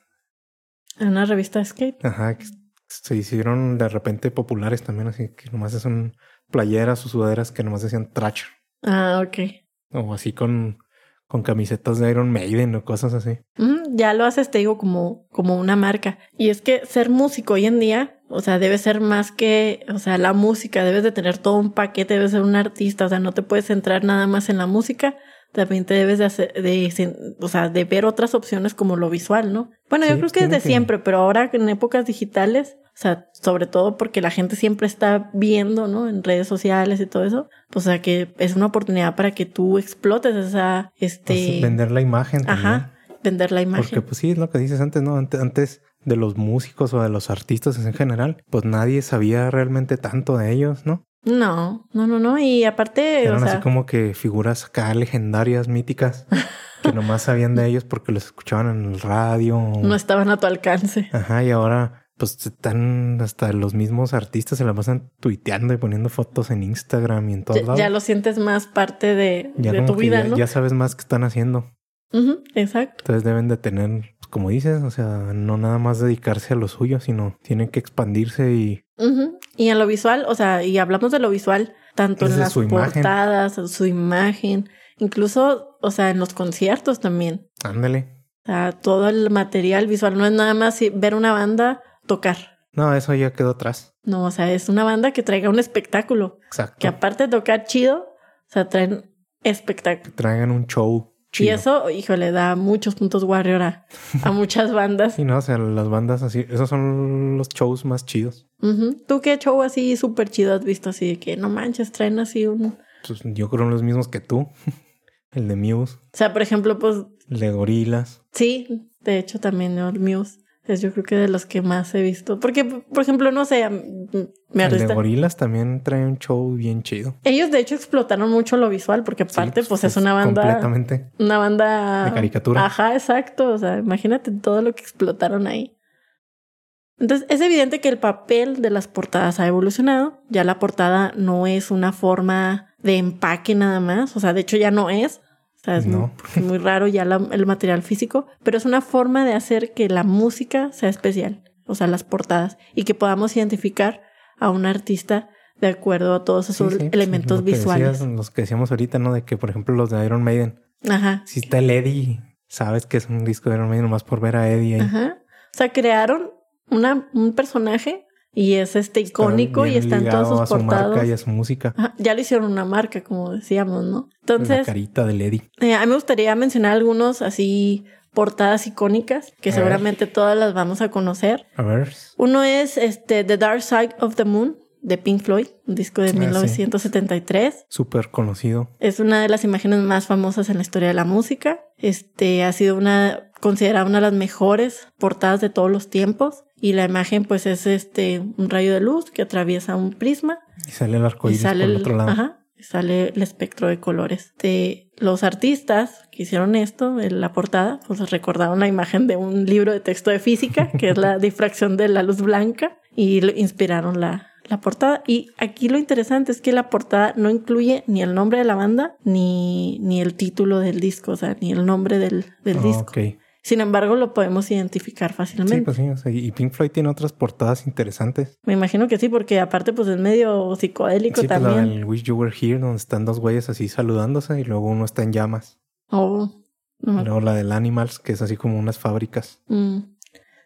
En una revista de skate.
Ajá, que se hicieron de repente populares también, así que nomás son playeras o sudaderas que nomás decían Thrasher.
Ah, ok.
O así con, con camisetas de Iron Maiden o cosas así.
Ujú, Ya lo haces, te digo, como, como una marca. Y es que ser músico hoy en día, o sea, debe ser más que, o sea, la música, debes de tener todo un paquete, debes ser un artista, o sea, no te puedes centrar nada más en la música, también te debes de hacer, de, sen- o sea, de ver otras opciones como lo visual, ¿no? Bueno,
Sí,
yo creo
pues,
que desde
tiene que-
siempre, pero ahora en épocas digitales, o sea, sobre todo porque la gente siempre está viendo, ¿no? En redes sociales y todo eso, pues, o sea, que es una oportunidad para que tú explotes esa,
Pues,
este,
Vender la imagen. también.
ajá, vender la imagen.
Porque pues sí, es lo que dices antes, ¿no? Ante- Antes, de los músicos o de los artistas en general, pues nadie sabía realmente tanto de ellos, ¿no?
No, no, no, no. Y aparte,
Eran
o sea,
así como que figuras acá legendarias, míticas, que nomás sabían de ellos porque los escuchaban en el radio.
no estaban a tu alcance.
Ajá, y ahora pues están hasta los mismos artistas se la pasan tuiteando y poniendo fotos en Instagram y en todos
Ya,
lados.
ya lo sientes más parte de,
Ya
de
como
tu
que
vida,
ya-
¿no?
ya sabes más qué están haciendo.
Ujú, exacto.
Entonces deben de tener, pues, como dices, o sea, no nada más dedicarse a lo suyo, sino tienen que expandirse y
Ujú. Y en lo visual, o sea, y hablamos de lo visual, tanto en
Desde
las
su imagen.
portadas, en su imagen, incluso, o sea, en los conciertos también.
ándale.
O sea, todo el material visual no es nada más i- ver una banda tocar.
No, eso ya quedó atrás.
No, o sea, es una banda que traiga un espectáculo.
Exacto.
Que aparte de tocar chido, o sea, traen espectáculo.
Que traigan un show chido.
Y eso, híjole, da muchos puntos Warrior a, a muchas bandas.
Sí, no, o sea, las bandas así, esos son los shows más chidos.
Ujú. ¿Tú qué show así súper chido has visto? Así de que no manches, traen así un,
pues, yo creo los mismos que tú. El de Muse,
O sea, por ejemplo, pues
el de Gorilas.
sí, de hecho también Old Muse. Es yo creo que de los que más he visto. Porque, por ejemplo, no sé, m- m- me
El de
arriesgo.
Gorilas también trae un show bien chido.
Ellos de hecho explotaron mucho lo visual, porque
Sí,
aparte, pues es una banda.
Completamente.
Una banda.
De caricatura.
Ajá, exacto. O sea, imagínate todo lo que explotaron ahí. Entonces, es evidente que el papel de las portadas ha evolucionado. Ya la portada no es una forma de empaque nada más. O sea, de hecho ya no es. O sea, es muy-
No.
muy raro ya la- el material físico, pero es una forma de hacer que la música sea especial, o sea, las portadas, y que podamos identificar a un artista de acuerdo a todos
Sí,
esos
sí, pues,
elementos
lo que
visuales.
decías, los que decíamos ahorita, ¿no? De que, por ejemplo, los de Iron Maiden.
Ajá,
Si está el Eddie, sabes que es un disco de Iron Maiden nomás por ver a Eddie ahí.
ajá. O sea, crearon una, un personaje y es
Está
este icónico y
bien
está en todos
ligado
sus
a su marca
portadas.
y a su música.
Ajá, ya le hicieron una marca, como decíamos, ¿no?
la
Entonces,
carita del Eddie.
Eh, a mí me gustaría mencionar algunos así portadas icónicas que
A ver.
seguramente todas las vamos a conocer.
A ver.
Uno es este The Dark Side of the Moon de Pink Floyd, un disco de
Ah, sí.
1973.
Súper conocido.
Es una de las imágenes más famosas en la historia de la música. Este ha sido una considerada una de las mejores portadas de todos los tiempos y la imagen pues es este un rayo de luz que atraviesa un prisma
Y sale el arco
y
iris por
sale
el
el,
otro lado.
ajá, y sale el espectro de colores. De los artistas que hicieron esto en la portada, pues recordaron la imagen de un libro de texto de física, que es la difracción de la luz blanca, y lo- inspiraron la, la portada. Y aquí lo interesante es que la portada no incluye ni el nombre de la banda, ni, ni el título del disco, o sea, ni el nombre del, del
Ah,
disco.
ok.
Sin embargo, lo podemos identificar fácilmente.
Sí, pues sí. o sea, y Pink Floyd tiene otras portadas interesantes.
Me imagino que sí, porque aparte pues es medio psicodélico
Sí, pues la
también.
del Wish You Were Here, donde están dos güeyes así saludándose y luego uno está en llamas.
Oh, no me
Y luego la del Animals, que es así como unas fábricas.
Mm.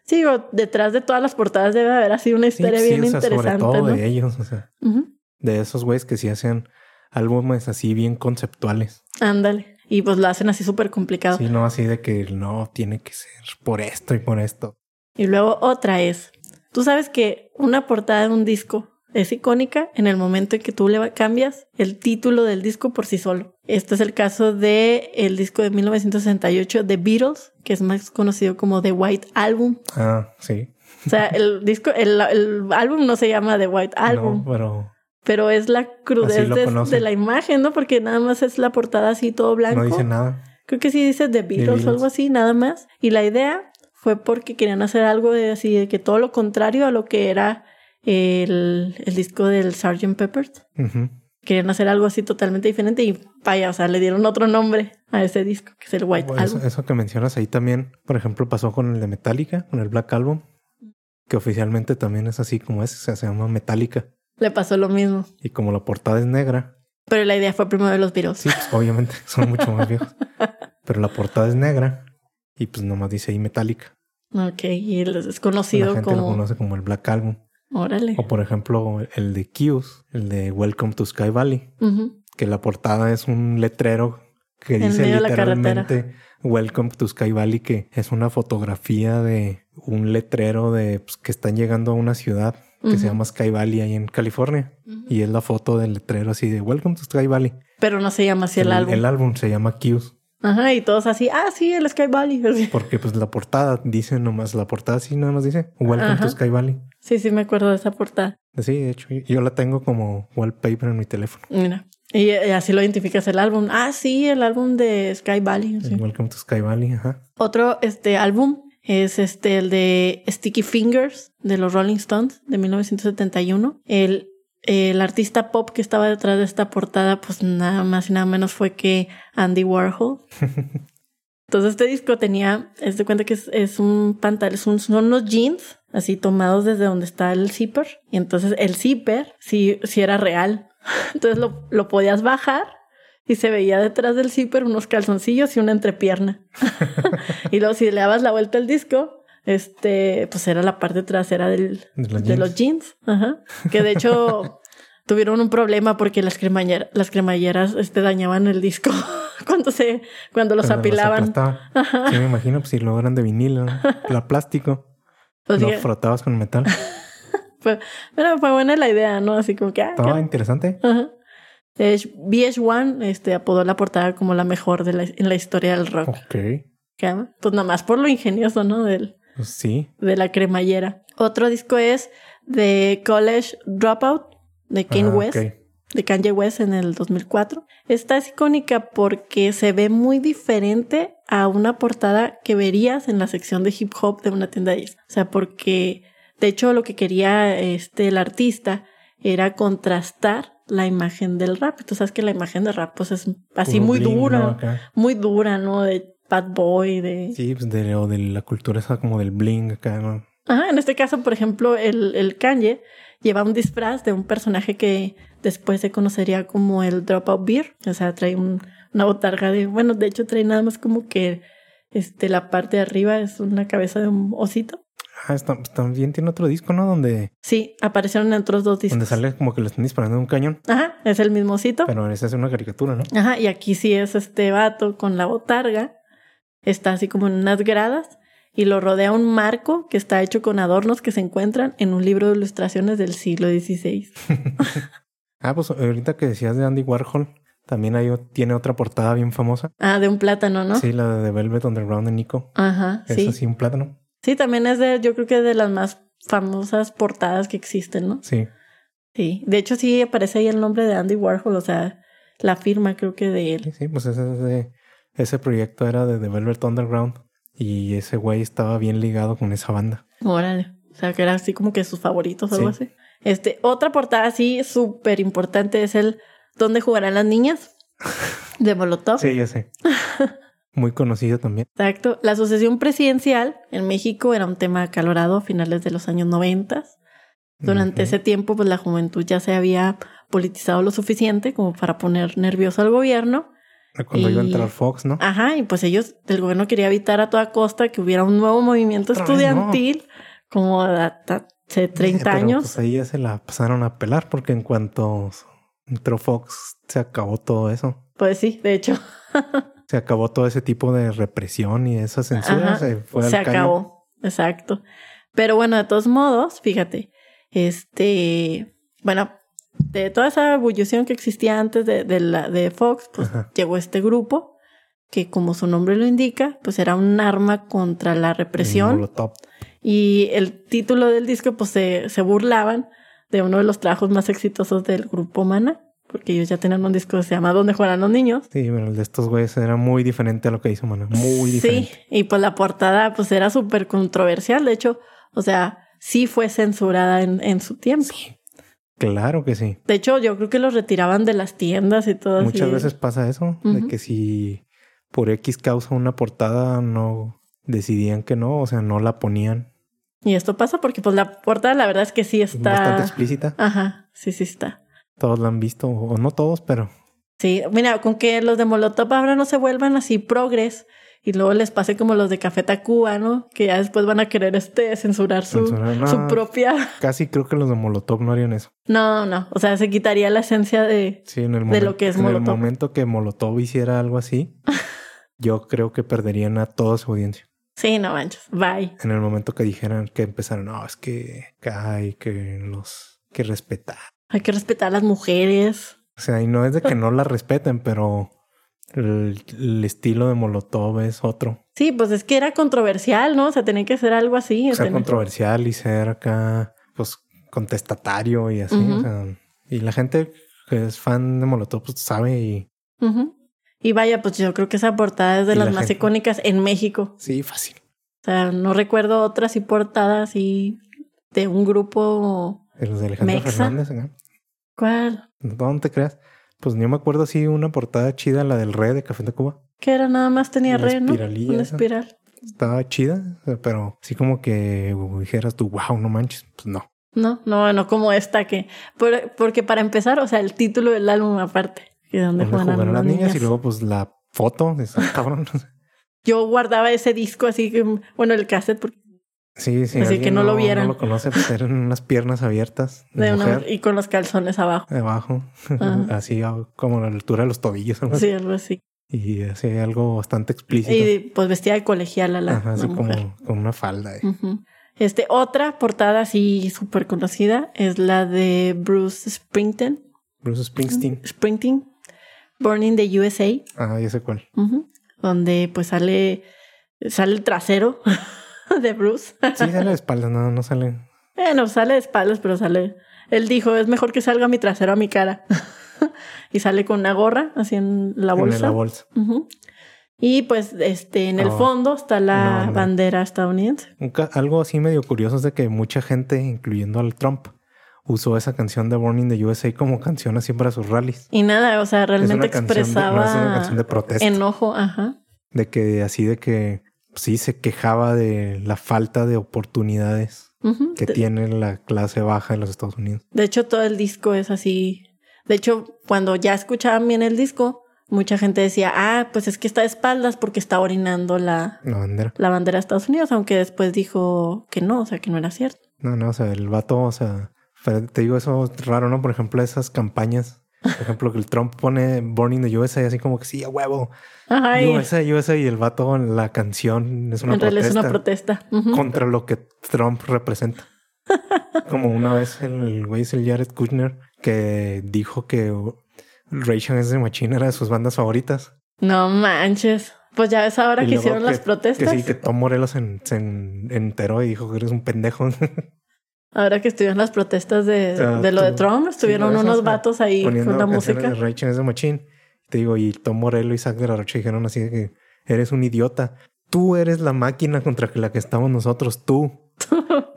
Sí, o detrás de todas las portadas debe haber así una
Sí,
historia
sí,
bien
o sea, sobre
interesante,
todo ¿eh?
¿no?
de ellos. O sea,
Ujú.
de esos güeyes que sí hacen álbumes así bien conceptuales.
Ándale. Y pues lo hacen así súper complicado.
Sí, no así de que no tiene que ser por esto y por esto.
Y luego otra es, tú sabes que una portada de un disco es icónica en el momento en que tú le va- cambias el título del disco por sí solo. Este es el caso de el disco de 1968 de Beatles, que es más conocido como The White Album.
Ah, sí.
O sea, el disco, el, el álbum no se llama The White Album.
No, pero
pero es la crudez
lo
de,
conocen.
de la imagen, ¿no? Porque nada más es la portada así todo blanco.
no dice nada.
Creo que sí dice The Beatles,
Beatles.
o algo así, nada más. Y la idea fue porque querían hacer algo de así, de que todo lo contrario a lo que era el, el disco del Sgt. Peppers.
Ujú.
Querían hacer algo así totalmente diferente y vaya, o sea, le dieron otro nombre a ese disco, que es el White
Bueno, eso,
Album.
eso que mencionas ahí también, por ejemplo, pasó con el de Metallica, con el Black Album, que oficialmente también es así como es, o sea, se llama Metallica.
Le pasó lo mismo.
Y como la portada es negra,
Pero la idea fue primero de los Beatles.
sí, pues obviamente son mucho más viejos. Pero la portada es negra y pues nomás dice ahí Metallica.
Ok, y el
la
desconocido
gente lo
como...
conoce como el Black Album.
Órale.
O por ejemplo, el de Q's, el de Welcome to Sky Valley,
Ujú.
que la portada es un letrero que
En
dice
medio de la
literalmente Welcome to Sky Valley, que es una fotografía de un letrero de pues, que están llegando a una ciudad que
Ujú.
se llama Sky Valley ahí en California.
Ujú.
Y es la foto del letrero así de Welcome to Sky Valley.
Pero no se llama así el, álbum.
el álbum se llama Q's.
Ajá, y todos así, ah, sí, el Sky Valley. Así.
Porque pues la portada dice nomás, la portada sí nada más dice Welcome
Ajá.
to Sky Valley.
Sí, sí, me acuerdo de esa portada.
Sí, de hecho, yo- yo la tengo como wallpaper en mi teléfono.
Mira. Y, eh, así lo identificas el álbum. Ah, sí, el álbum de Sky Valley. sí.
El Welcome to Sky Valley, ajá.
Otro este álbum es este el de Sticky Fingers de los Rolling Stones de 1971. El, el artista pop que estaba detrás de esta portada, pues nada más y nada menos fue que Andy Warhol. Entonces este disco tenía, es de cuenta que es, es un pantalón, es un- son unos jeans así tomados desde donde está el zipper. Y entonces el zipper sí, sí era real. Entonces lo, lo podías bajar y se veía detrás del zipper unos calzoncillos y una entrepierna. y luego si le dabas la vuelta al disco, este, pues era la parte trasera del,
De los
de
jeans.
los jeans. Ajá. Que de hecho tuvieron un problema porque las, cremallera- las cremalleras este, dañaban el disco cuando se, cuando los
Cuando
apilaban.
aplastaban. Sí, me imagino, pues si lo eran de vinilo, ¿no? la plástico,
Pues,
lo
dije,
frotabas con metal.
fue- pero fue buena la idea, ¿no? Así como que, ah,
Estaba
qué-
interesante.
Ajá. Es- VH1 este, apodó la portada como la mejor de la, en la historia del
Oh.
rock.
Ok.
¿Qué? Pues nada más por lo ingenioso, ¿no? Del,
Pues Sí.
de la cremallera. Otro disco es The College Dropout de Kanye
Ah,
West,
ok.
de Kanye West en el 2004. Esta es icónica porque se ve muy diferente a una portada que verías en la sección de hip hop de una tienda de discos. O sea, porque de hecho lo que quería este el artista era contrastar la imagen del rap. Tú sabes que la imagen del rap pues es así
Puro
muy
bling, ¿no?
dura,
Acá.
muy dura, ¿no? De bad boy, de
Sí, pues de, o de la cultura esa como del bling acá, ¿no?
Ajá, en este caso, por ejemplo, el, el Kanye lleva un disfraz de un personaje que después se conocería como el Dropout Beer. O sea, trae un- una botarga de. Bueno, de hecho, trae nada más como que este, la parte de arriba es una cabeza de un osito.
Ah, está- pues también tiene otro disco, ¿no? Donde,
Sí, aparecieron en otros dos discos. Oh.
donde sale como que le están disparando de un cañón.
Ajá, es el mismo osito.
Pero esa es una caricatura, ¿no?
Ajá, y aquí sí es este vato con la botarga. Está así como en unas gradas y lo rodea un marco que está hecho con adornos que se encuentran en un libro de ilustraciones del siglo XVI.
Ah, pues ahorita que decías de Andy Warhol, también hay, o- tiene otra portada bien famosa.
Ah, de un plátano, ¿no?
Sí, la de Velvet Underground de Nico.
Ajá,
Es
sí.
así un plátano.
Sí, también es de, yo creo que de las más famosas portadas que existen, ¿no?
Sí.
Sí. De hecho, sí aparece ahí el nombre de Andy Warhol, o sea, la firma creo que de él.
Sí, sí, pues ese, ese, ese proyecto era de The Velvet Underground y ese güey estaba bien ligado con esa banda.
Órale. O sea, que era así como que sus favoritos o algo
Sí.
así. Este, otra portada así súper importante es el ¿Dónde jugarán las niñas? de Molotov.
Sí, ya sé. Muy conocido también.
Exacto. La sucesión presidencial en México era un tema acalorado a finales de los años noventas.
Ujú.
Durante ese tiempo, pues la juventud ya se había politizado lo suficiente como para poner nervioso al gobierno.
Cuando iba a
y-
entrar Fox, ¿no?
Ajá, y pues ellos, el gobierno quería evitar a toda costa que hubiera un nuevo movimiento
Otra vez no.
estudiantil, como hasta hace 30
Pero,
años.
Pues ahí ya se la pasaron a pelar porque en cuanto entró Fox se acabó todo eso.
Pues sí, de hecho,
Se acabó todo ese tipo de represión y esa censura.
Ajá,
se fue al
se
caño.
acabó. Exacto. Pero bueno, de todos modos, fíjate, este, bueno, de toda esa ebullición que existía antes de, de la, de Fox, pues
Ajá.
llegó este grupo que como su nombre lo indica, pues era un arma contra la
Y
represión
Molotov.
y el título del disco pues se, se burlaban de uno de los trabajos más exitosos del grupo Mana, porque ellos ya tenían un disco que se llama Donde juegan los niños.
Sí, pero el de estos güeyes era muy diferente a lo que hizo Maná. Muy diferente.
Sí, y pues la portada pues era súper controversial, de hecho, o sea, sí fue censurada en, en su tiempo.
Claro que sí.
De hecho, yo creo que los retiraban de las tiendas y todo
Muchas
así.
veces pasa eso, de
Ujú.
que si por X causa una portada no decidían que no, o sea, no la ponían.
Y esto pasa porque pues la portada la verdad es que sí
Es bastante
está... Ah.
explícita.
Ajá, sí, sí está.
Todos la han visto, o no todos, pero
Sí, mira, con que los de Molotov ahora no se vuelvan así progres y luego les pase como los de Café Tacuba, ¿no? Que ya después van a querer este censurar su,
Censurar, no.
su propia...
casi creo que los de Molotov no harían eso.
No, no, o sea, se quitaría la esencia de...
Sí, en el,
De lo
momen-
que es
en el
Molotov.
momento que Molotov hiciera algo así, yo creo que perderían a toda su audiencia.
Sí, no manches, bye.
En el momento que dijeran que empezaron, no, es que hay que los que respetar.
Hay que respetar a las mujeres.
O sea, y no es de que no la respeten, pero el, el estilo de Molotov es otro.
Sí, pues es que era controversial, ¿no? O sea, tenía que ser algo así.
Ser
tenía-
controversial y ser acá, pues, contestatario y así.
Ujú.
o sea, y la gente que es fan de Molotov pues, sabe y
Ujú. Y vaya, pues yo creo que esa portada es de
Y
las
la
más
gente-
icónicas en México.
sí, fácil.
O sea, no recuerdo otra así portada así de un grupo.
Los de Alejandro
Mexa.
Fernández, acá.
¿Cuál?
No, no te creas. Pues yo me acuerdo así una portada chida, la del Rey de Café de Cuba.
Que era nada más tenía
Una
re, ¿no?
espiralilla
Una
esa.
espiral.
Estaba chida, pero así como que dijeras tú, wow, no manches. Pues no.
No, no, no como esta que. por- porque para empezar, o sea, el título del álbum aparte. Que
Donde
donde juegan
Pues, jugaron
las niñas.
y luego pues la foto de esa cabrón.
Yo guardaba ese disco así que, bueno, el cassette, porque
Sí, sí.
Así que no lo vieran.
No lo conoce, pues eran unas piernas abiertas de,
de una-
mujer
y con los calzones abajo.
debajo,
Ajá.
así a- como a la altura de los tobillos. algo así.
Sí, algo así.
Y así algo bastante explícito.
Y pues vestida de colegiala la,
Ajá,
la
así
mujer.
como con una falda. eh.
Ujú. Este, otra portada así súper conocida es la de Bruce Sprinten
Bruce Springsteen.
Sprinting, Burning the USA,
Ah, ya sé cuál.
ujú, donde pues sale, sale el trasero de Bruce.
Sí, sale de espaldas, no, no sale.
Bueno, sale de espaldas, pero sale. Él dijo, es mejor que salga mi trasero a mi cara. y sale con una gorra, así en la
en
bolsa.
la bolsa.
Ujú. Y pues este en el
Ah,
fondo está la
no, no.
bandera estadounidense.
Un ca- algo así medio curioso es de que mucha gente, incluyendo al Trump, usó esa canción de Burning the USA como canción así para sus rallies.
Y nada, o sea, realmente
es una canción de,
expresaba
no, es una canción de protesta.
enojo, ajá.
De que así de que pues sí se quejaba de la falta de oportunidades
Ujú.
que
de,
tiene la clase baja en los Estados Unidos.
de hecho, todo el disco es así. De hecho, cuando ya escuchaban bien el disco, mucha gente decía, ah, pues es que está de espaldas porque está orinando la,
La bandera.
la bandera de Estados Unidos, aunque después dijo que no, o sea, que no era cierto.
No, no, o sea, el vato, o sea, pero te digo eso es raro, ¿no? Por ejemplo, esas campañas. Por ejemplo, que el Trump pone Burning the USA así como que sí, a huevo.
Ajá, y
USA, USA y el vato en la canción es una
en realidad es
protesta.
una protesta. Ujú.
contra lo que Trump representa. Como una vez el el güey es el Jared Kushner que dijo que Rage Against the Machine era de sus bandas favoritas.
No manches. Pues ya ves ahora
Y
que
luego
hicieron las protestas.
Que sí, que Tom Morelos en- se en- enteró y dijo que eres un pendejo.
Ahora que estuvieron las protestas de,
sea,
de lo
Ah, tú-
de Trump, estuvieron
sí, ¿no?
unos
O sea,
vatos ahí
Poniendo
con la
canciones
música.
de Rage Against the Machine. Te digo, y Tom Morelos y Zack de la Rocha dijeron así de que eres un idiota. Tú eres la máquina contra la que estamos nosotros, tú.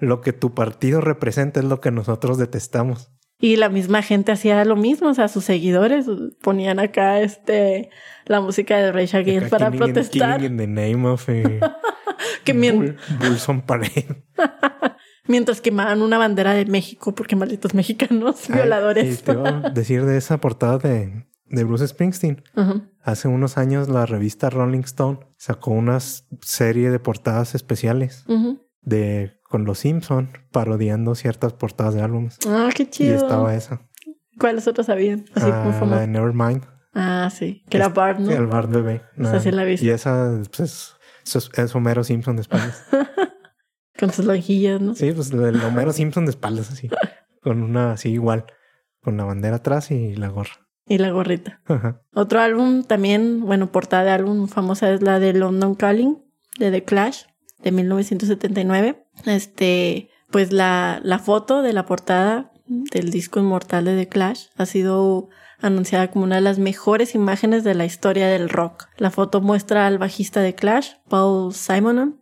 lo que tu partido representa es lo que nosotros detestamos.
Y la misma gente hacía lo mismo, o sea, sus seguidores ponían acá este la música de Rage Against
Acá
para
killing in-
protestar.
killing in the name of, eh,
que mien-
Bull- Bulls on Parade.
mientras quemaban una bandera de México, porque malditos mexicanos
Ah, Ay, y
violadores.
te iba a decir de esa portada de, de Bruce Springsteen.
Ajá.
Hace unos años la revista Rolling Stone sacó una s- serie de portadas especiales
Ujú.
de con los Simpson parodiando ciertas portadas de álbumes.
Ah, qué
Y
chido.
estaba esa.
¿Cuáles otros habían? Así como
Ah, la de
famosos.
Nevermind.
Ah, sí. Que era Bart, ¿no?
El bar bebé. Ah,
Esa sí la he visto.
y esa pues, es, es, es Homero Simpson de espaldas.
Con sus lonjillas, ¿no?
Sí, pues el Homero Simpson de espaldas así. Con una así igual. Con la bandera atrás y la gorra.
Y la gorrita.
Ajá.
Otro álbum también, bueno, portada de álbum famosa es la de London Calling de The Clash de 1979. Este, pues la, la foto de la portada del disco inmortal de The Clash ha sido anunciada como una de las mejores imágenes de la historia del rock. La foto muestra al bajista de Clash, Paul Simonon,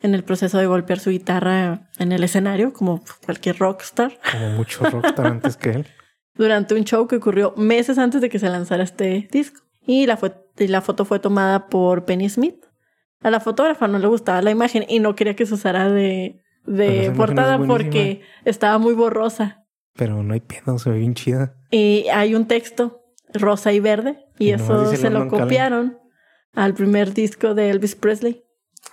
en el proceso de golpear su guitarra en el escenario, como cualquier rockstar,
Como mucho rockstar antes que él.
durante un show que ocurrió meses antes de que se lanzara este disco. Y la, fo- y la foto fue tomada por Penny Smith. A la fotógrafa no le gustaba la imagen y no quería que se usara de, de
Pero esa imagen
portada
es buenísima.
porque estaba muy borrosa.
Pero no hay pedo, se ve bien chida.
Y hay un texto rosa y verde y,
Y nomás
eso
dice
se lo
London Calling.
copiaron al primer disco de Elvis Presley.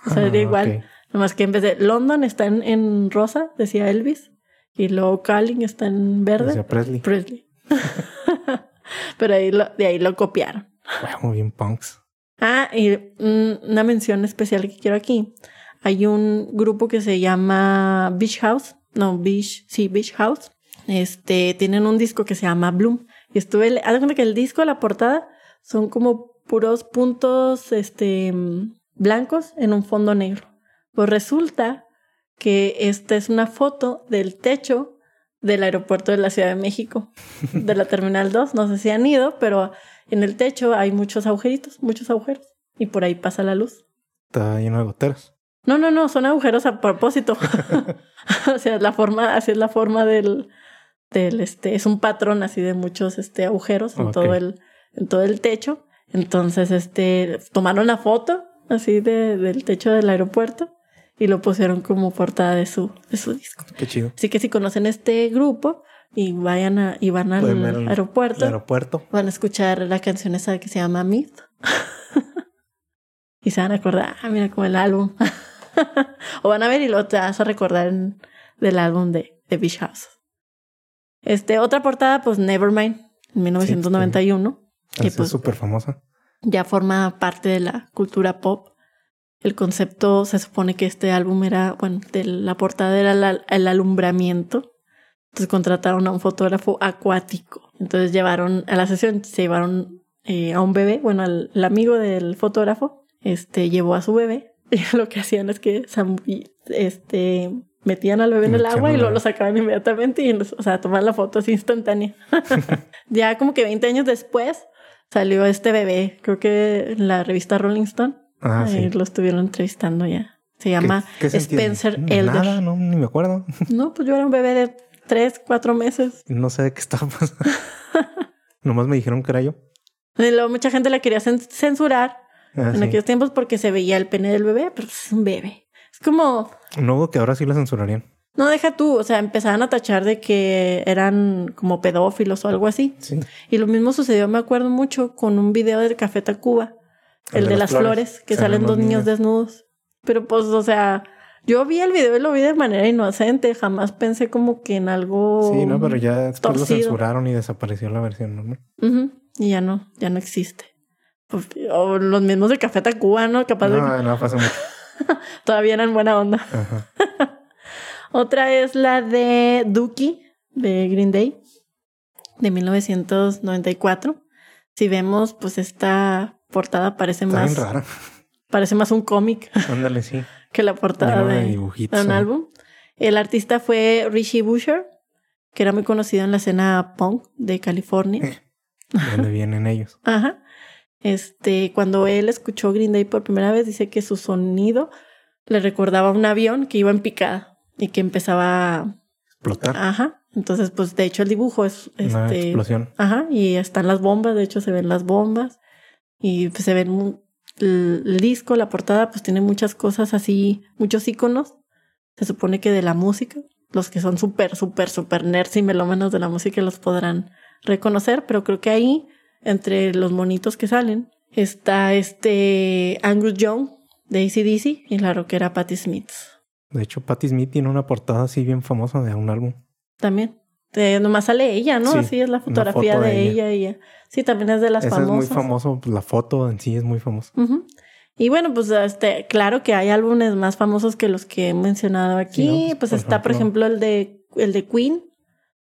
O sea,
Ah,
era igual.
ok.
Nomás que en vez de London está en, en rosa, decía Elvis, y luego Calling está en verde.
Decía Presley.
Presley. Pero ahí lo- de ahí lo copiaron.
Wow, bien punks.
Ah, y mm, una mención especial que quiero aquí. Hay un grupo que se llama Beach House. No, Beach, sí, Beach House. Este, tienen un disco que se llama Bloom. Y estuve, le- haz de cuenta que el disco, la portada, son como puros puntos, este, mm, blancos en un fondo negro. Pues resulta que esta es una foto del techo del aeropuerto de la Ciudad de México, de la Terminal 2. No sé si han ido, pero en el techo hay muchos agujeritos, muchos agujeros, y por ahí pasa la luz.
Está lleno de goteras.
No, no, no, son agujeros a propósito. o sea, la forma, así es la forma del, del este, es un patrón así de muchos este agujeros en
Ok.
todo el, en todo el techo. Entonces, este, tomaron la foto así de, del techo del aeropuerto y lo pusieron como portada de su, de su disco.
Qué chido.
Así que si conocen este grupo y vayan a, y van al
Pueden ver el- El
aeropuerto,
aeropuerto.
van a escuchar la canción esa que se llama Myth. y se van a acordar, ah, mira como el álbum. o van a ver y lo te vas a recordar en- del álbum de, de Beach House. Este, otra portada, pues Nevermind, en 1991, que
Esa
pues
Es súper famosa.
ya forma parte de la cultura pop. El concepto se supone que este álbum era, bueno, de la portada era la- el alumbramiento. Entonces contrataron a un fotógrafo acuático Entonces llevaron a la sesión, se llevaron eh, a un bebé, bueno, al, el amigo del fotógrafo, este, llevó a su bebé y lo que hacían es que zambull- este, metían al bebé en el
Metían
agua y
al
luego
bebé.
lo sacaban inmediatamente y, o sea, tomaban la foto así instantánea. ya como que 20 años después salió este bebé, creo que en la revista Rolling Stone,
Ah,
ahí
sí.
lo estuvieron entrevistando ya. Se
¿Qué-
llama
qué se entiende?
Spencer
Nada,
Elder.
no, ni me acuerdo.
No, pues yo era un bebé de 3, 4 meses.
No sé de qué estaba pasando. Nomás me dijeron que era yo.
Y luego mucha gente la quería cen- censurar
Ah,
en
sí.
aquellos tiempos porque se veía el pene del bebé, pero pues es un bebé. Es como,
No dudo que ahora sí la censurarían.
no deja tú, o sea, empezaban a tachar de que eran como pedófilos o algo así.
Sí.
Y lo mismo sucedió, me acuerdo mucho, con un video de Café Tacuba, el, de, las flores, que salen dos niños desnudos. Pero pues, o sea, yo vi el video y lo vi de manera inocente, jamás pensé como que en algo...
Sí, no, pero ya después lo
Oh, torcido.
censuraron y desapareció la versión normal.
Ujú, Y ya no, ya no existe. Pues, o los mismos de Café Tacuba, ¿no? Capaz de
No, no, pasa mucho.
que todavía eran buena onda.
Ajá.
Otra es la de Dookie de Green Day de 1994. Si vemos, pues esta portada parece
Está
más
bien rara.
parece más un cómic
Ándale, sí.
que la portada
Lleno de
de,
dibujitos. ¿eh?
de un álbum. El artista fue Richie Busher, que era muy conocido en la escena punk de California.
¿De dónde vienen ellos?
Ajá. Este, cuando él escuchó Green Day por primera vez, dice que su sonido le recordaba a un avión que iba en picada y que empezaba
Explotar.
Ajá. Entonces, pues de hecho el dibujo es
Una
Ah, este.
explosión.
Ajá. Y están las bombas, de hecho se ven las bombas. Y pues, se ven mu- el, el disco, la portada, pues tiene muchas cosas así, muchos iconos. Se supone que de la música. Los que son súper, súper, súper nerds y melómanos de la música los podrán reconocer, pero creo que ahí, entre los monitos que salen, está este Andrew Young de ACDC y la rockera Patti Smith.
De hecho, Patti Smith tiene una portada así bien famosa de un álbum.
También. Eh, nomás sale ella, ¿no?
Sí,
Así es la fotografía
foto
de,
de
ella. y ella. Sí, también es de las
Ese es muy
famosas.
famoso. La foto en sí es muy famosa.
Ujú. Y bueno, pues este, claro que hay álbumes más famosos que los que he mencionado aquí.
Sí, ¿no?
pues
Por
está, por ejemplo,
ejemplo,
el de el de Queen,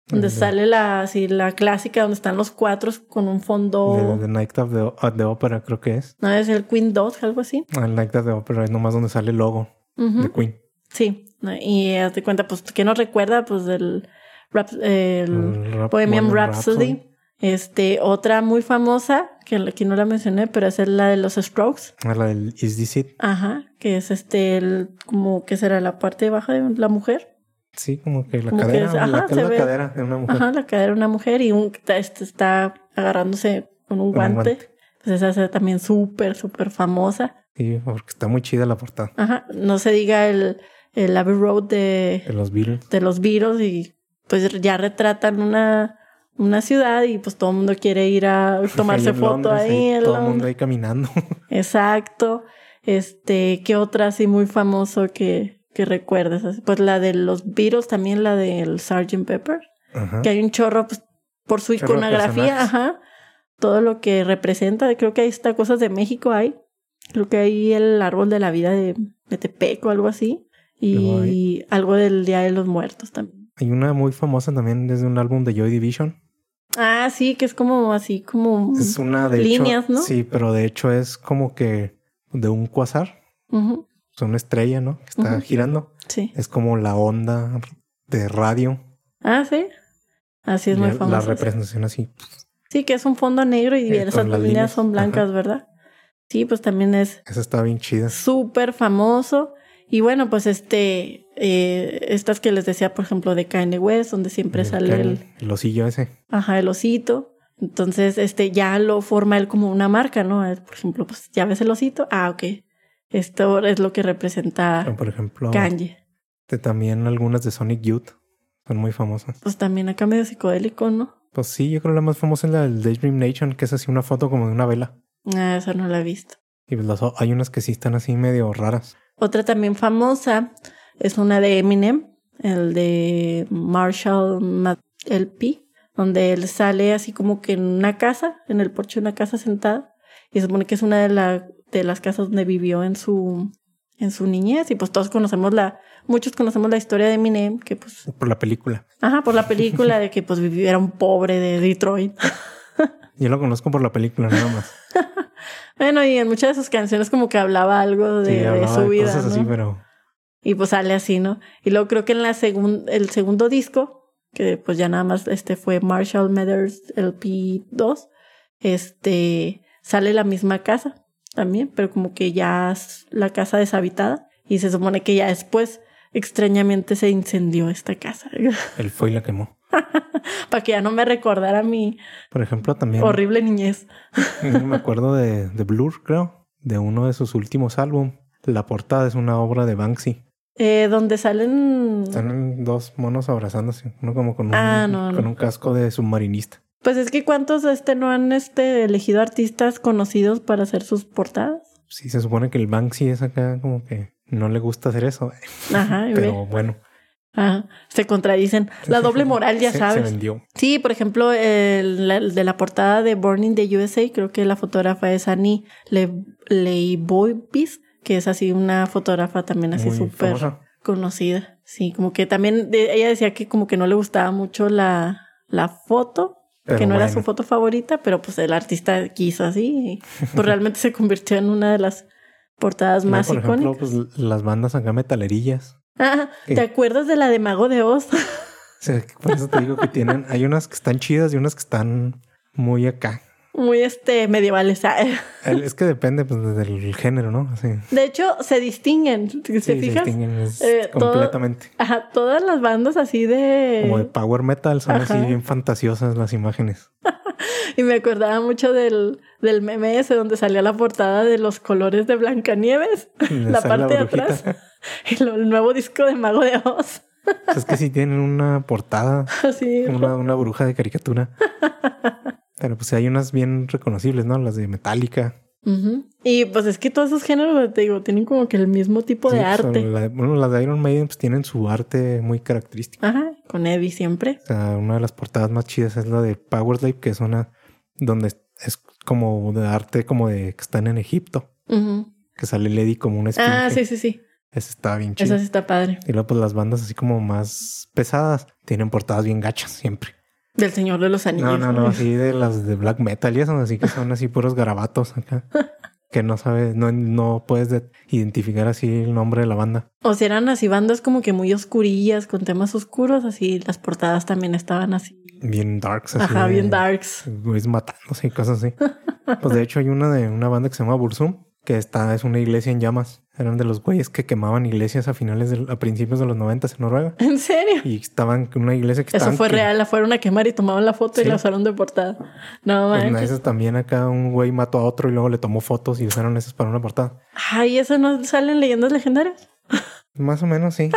donde
El de-
sale la, así, la clásica, donde están los cuatro con un fondo.
De, de Night of the, at the Opera, creo que es.
No es el Queen 2, algo así.
Ah, El Night of the Opera es nomás donde sale el logo
Ujú.
de Queen.
Sí. ¿no? Y haz de cuenta, pues, que nos recuerda? Pues del rap- el
El rap-
Bohemian
Bohemian
Rhapsody. Este, otra muy famosa, que aquí no la mencioné, pero esa es la de los Strokes.
Ah, La del Is This It.
Ajá, que es este, el, como que será la parte baja de la mujer.
Sí, como que la
Como que
cadera.
es- ajá,
la, que es
se
la
ve.
cadera de una mujer.
Ajá, la cadera de una mujer y un, este está agarrándose con un
Con un
guante.
guante.
Pues esa es también súper, súper famosa.
Sí, porque está muy chida la portada.
Ajá, no se diga el, el Abbey Road de,
De los Beatles.
de los virus y pues ya retratan una, una ciudad y pues todo el mundo quiere ir a
Pues, Ahí
tomarse
en
foto
Londres,
ahí. en
Todo el
Londres.
mundo ahí caminando.
Exacto. Este, ¿qué otra así muy famoso que, que recuerdes? Así, Pues la de los Beatles, también la del Sgt. Pepper,
Ajá.
que hay un chorro pues, por su
Chorro de
iconografía,
personajes.
ajá. Todo lo que representa, creo que ahí está cosas de México hay. Creo que ahí el árbol de la vida de Metepec o algo así.
Luego
Y algo del Día de los Muertos también.
Hay una muy famosa también desde un álbum de Joy Division.
Ah, sí, que es como así, como.
Es una de
Líneas,
hecho,
¿no?
Sí, pero de hecho es como que de un cuasar,
Ujú,
o sea, una estrella, ¿no? Que está
Ujú.
girando.
sí.
Es como la onda de radio.
Ah, sí. Así es muy
Y la
famoso.
representación así.
Sí, que es un fondo negro y
Eh,
esas
con las
líneas,
líneas,
son blancas, ¿verdad? Sí, pues también es
Esa está bien chida.
súper famoso. Y bueno, pues este, eh, estas que les decía, por ejemplo, de Kanye West, donde siempre
El
sale el,
Ken- el osillo ese.
Ajá, el osito. Entonces, este ya lo forma él como una marca, ¿no? Eh, Por ejemplo, pues ya ves el osito. Ah, ok. Esto es lo que representa
Por ejemplo,
Ah, Kanye.
de también algunas de Sonic Youth son muy famosas.
Pues también acá medio psicodélico, ¿no?
Pues sí, yo creo que la más famosa es la del Daydream Nation, que es así una foto como de una vela.
Ah, esa no la he visto.
Y pues las o- hay unas que sí están así medio raras.
Otra también famosa es una de Eminem, el de Marshall Ma- LP, donde él sale así como que en una casa, en el porche de una casa sentada, y se supone que es una de, la- de las casas donde vivió en su, en su niñez y pues todos conocemos la, muchos conocemos la historia de Eminem que pues,
por la película.
ajá, por la película de que pues vivía, era un pobre de Detroit.
Yo lo conozco por la película nada más.
Bueno, y en muchas de sus canciones como que hablaba algo de,
Sí,
de
hablaba
su
de
vida.
cosas así,
¿no?
pero
Y pues sale así, ¿no? Y luego creo que en la segun- el segundo disco, que pues ya nada más este fue Marshall Mathers LP2, este sale la misma casa también, pero como que ya es la casa deshabitada y se supone que ya después extrañamente se incendió esta casa
él fue y la quemó.
para que ya no me recordara mi
Por ejemplo, también
horrible niñez.
me acuerdo de, de Blur, creo, de uno de sus últimos álbum. La portada es una obra de Banksy.
Eh, donde salen
Están dos monos abrazándose, uno como con un,
Mm. Ah, no,
con
no.
un casco de submarinista.
Pues es que cuántos este no han este elegido artistas conocidos para hacer sus portadas.
Sí, se supone que el Banksy es acá como que no le gusta hacer eso,
Ajá, y ve.
pero bueno.
Ajá, se contradicen. La doble moral, ya
se- Se
sabes.
vendió.
Sí, por ejemplo, el, la- el de la portada de Burning the USA, creo que la fotógrafa es Annie Le, Leibovic, que es así una fotógrafa también así
Muy
súper
famosa.
conocida. Sí, como que también de- ella decía que como que no le gustaba mucho la, la foto,
Pero
que no era
bueno.
su foto favorita, pero pues el artista quiso así. y, pues realmente se convirtió en una de las portadas
Luego,
más
por ejemplo,
icónicas.
pues, las bandas acá metalerillas.
Ah,
Sí.
¿Te acuerdas de la de Mago de Oz?
O sea, que por eso te digo que tienen, hay unas que están chidas y unas que están muy acá.
muy este medievales. ah.
El- Es que depende pues, del género, ¿no? Así.
De hecho, se distinguen, ¿te
Sí, se
fijas?
distinguen, es
Eh, todo-
completamente.
Ajá, todas las bandas así de...
Como de power metal, son así
Ajá.
bien fantasiosas las imágenes.
Y me acordaba mucho del, del meme ese donde salía la portada de los colores de Blancanieves,
Le
la
sale
parte de
brujita.
atrás, y lo- el nuevo disco de Mago de Oz.
O sea, es que sí tienen una portada,
Así,
una, una bruja de caricatura. Pero pues hay unas bien reconocibles, ¿no? Las de Metallica.
Ujú. Y pues es que todos esos géneros, te digo, tienen como que el mismo tipo
Sí,
de
pues,
arte.
la- bueno, las de Iron Maiden pues tienen su arte muy característico.
Ajá, con Eddie siempre.
O sea, una de las portadas más chidas es la de Power Slave, que es una donde es- es como de arte como de que están en Egipto,
Ujú.
que sale Lady como una esfinge.
Ah, sí, sí, sí.
Esa está bien
Eso
chida.
sí está padre.
Y luego pues las bandas así como más pesadas tienen portadas bien gachas siempre.
Del Señor de los
No,
Anillos.
no, no, así de las de black metal y eso, así que son así puros garabatos acá. Que no sabes, no, no puedes de- identificar así el nombre de la banda.
O si eran así bandas como que muy oscurillas, con temas oscuros, así las portadas también estaban así.
Bien darks. Así
Ajá,
de-
bien darks.
güeyes matándose y cosas así. Pues de hecho hay una de una banda que se llama Burzum, que está, es una iglesia en llamas. Eran de los güeyes que quemaban iglesias a finales del- a principios de los noventas en Noruega.
¿En serio?
Y estaban con una iglesia que
Eso
estaban
fue
que-
real, la fueron a quemar y tomaban la foto y
Sí.
la usaron de portada. No
pues, una de
manches.
esas también acá un güey mató a otro y luego le tomó fotos y usaron esas para una portada.
Ay, ¿eso no salen leyendas legendarias?
Más o menos, sí.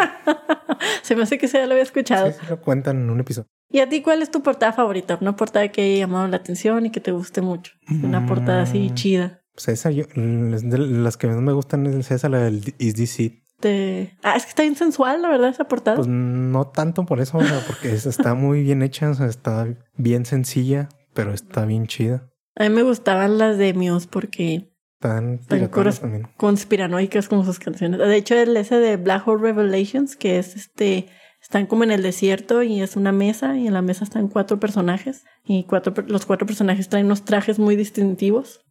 Se me hace que se ya lo había escuchado.
Sí, sí lo cuentan en un episodio.
¿Y a ti cuál es tu portada favorita? Una portada que haya llamado la atención y que te guste mucho. Una portada así
Mm.
chida.
Pues esa yo, las de- las que más me gustan es esa, la del Is This It.
Te- Ah, es que está bien sensual, la verdad, esa portada.
Pues no tanto por eso, o sea, porque es- está muy bien hecha, o sea, está bien sencilla, pero está bien chida.
A mí me gustaban las de Muse porque
Tan
curas-
piratonas también.
conspiranoicas como sus canciones. De hecho, el ese de Black Hole Revelations, que es este, están como en el desierto y es una mesa y en la mesa están cuatro personajes y cuatro, per- los cuatro personajes traen unos trajes muy distintivos.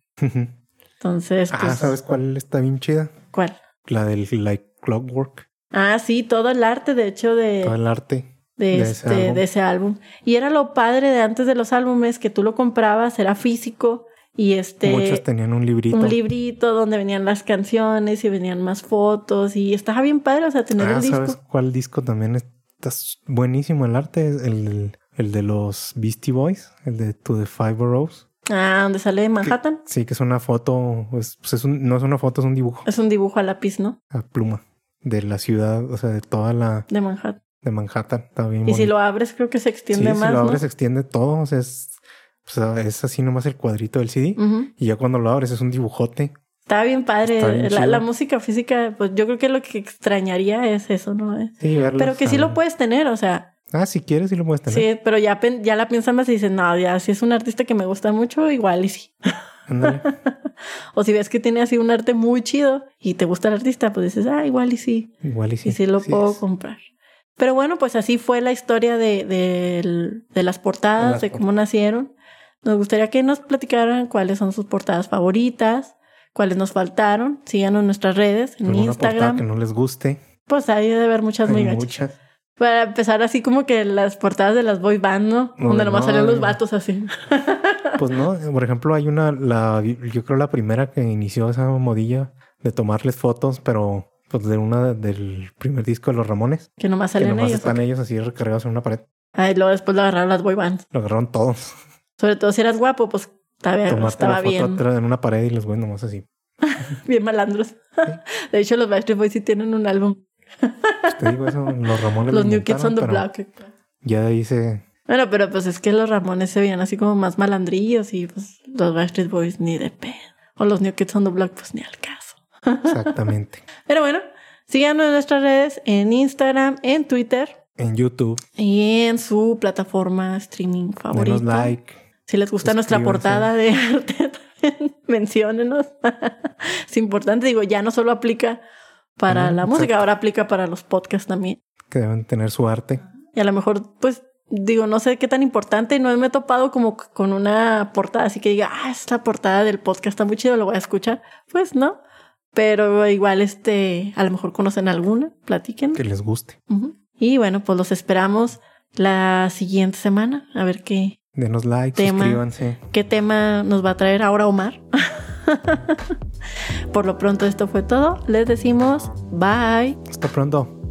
Entonces,
ah,
pues,
¿sabes cuál está bien chida?
¿cuál?
La del Like Clockwork,
Ah, sí, todo el arte, de hecho,
todo
de,
el arte.
de,
de ese
este,
álbum.
de ese álbum. Y era lo padre de antes de los álbumes, que tú lo comprabas, era físico y este...
Muchos tenían un librito.
un librito donde venían las canciones y venían más fotos y estaba bien padre, o sea, tener
ah,
el disco.
¿sabes cuál disco también está s- buenísimo el arte? Es El, el de los Beastie Boys, el de To the Five Boroughs.
Ah, donde sale de Manhattan.
Sí, que es una foto, pues, pues es un- no es una foto, es un dibujo
Es un dibujo a lápiz, ¿no?
a pluma de la ciudad, o sea, de toda la
De Manhattan.
de Manhattan. Está bien
Y si
bonito.
lo abres, creo que se extiende
Sí,
más,
si lo
¿no?
abres se extiende todo, o sea, es, o sea, es así nomás el cuadrito del CD.
Ujú.
Y ya cuando lo abres es un dibujote.
Estaba bien padre.
Está bien
la,
chido.
la música física, pues yo creo que lo que extrañaría es eso, ¿no? Eh,
Sí, verlo,
Pero que sí
ah,
lo puedes tener, o sea,
Ah, si quieres sí lo puedes tener.
sí, pero ya, pen- ya la piensas más y dices, no, ya si es un artista que me gusta mucho, igual y sí.
Ándale.
O si ves que tiene así un arte muy chido y te gusta el artista, pues dices, ah, igual y sí,
Igual y sí.
y sí lo
así
puedo
es.
comprar. Pero bueno, pues así fue la historia de, del- de las portadas,
De
de,
las
cómo nacieron. Nos gustaría que nos platicaran cuáles son sus portadas favoritas, cuáles nos faltaron. Síganos en nuestras redes, en
Alguna portada
Instagram.
que no les guste.
Pues ahí debe haber muchas muy
Hay
gachas.
muchas.
Para empezar así como que las portadas de las boy band, ¿no?
No,
Donde nomás
no,
salen los
no.
vatos así.
Pues no, por ejemplo, hay una, la, yo creo la primera que inició esa modilla de tomarles fotos, pero pues de una del primer disco de los Ramones,
Que nomás
que
salen
nomás
ellos.
están ellos así recargados en una pared.
Ay, luego después lo agarraron las boy bands.
Lo agarraron todos.
Sobre todo si eras guapo, pues estaba,
Tomarte la
estaba
foto
bien,
atrás en una pared y los güeyes nomás así.
bien malandros. De hecho, los Backstreet Boys sí tienen un álbum.
Pues te digo eso, los Ramones. lo
los New Kids
inventaron,
on the
pero
Block.
Ya de ahí se...
Bueno, pero pues es que los Ramones se veían así como más malandrillos y pues los Backstreet Boys ni de pedo. O los New Kids on the Block, pues ni al caso.
Exactamente.
Pero bueno, síganos en nuestras redes, en Instagram, en Twitter.
en YouTube,
Y en su plataforma streaming favorita.
denos like.
Si les gusta nuestra
Suscríbanse.
portada de arte, también menciónenos. es importante, digo, ya no solo aplica para
Ah,
la música,
exacto.
ahora aplica para los podcasts también.
que deben tener su arte.
Y a lo mejor, pues, digo, no sé qué tan importante, no me he topado como c- con una portada, así que diga, ah, esta portada del podcast está muy chido, lo voy a escuchar. Pues no, pero igual, este, a lo mejor conocen alguna, platiquen.
que les guste.
Ujú. Y bueno, pues los esperamos la siguiente semana a ver qué,
Denos like,
Tema.
suscríbanse.
qué tema nos va a traer ahora Omar. Por lo pronto esto fue todo. Les decimos bye.
Hasta pronto.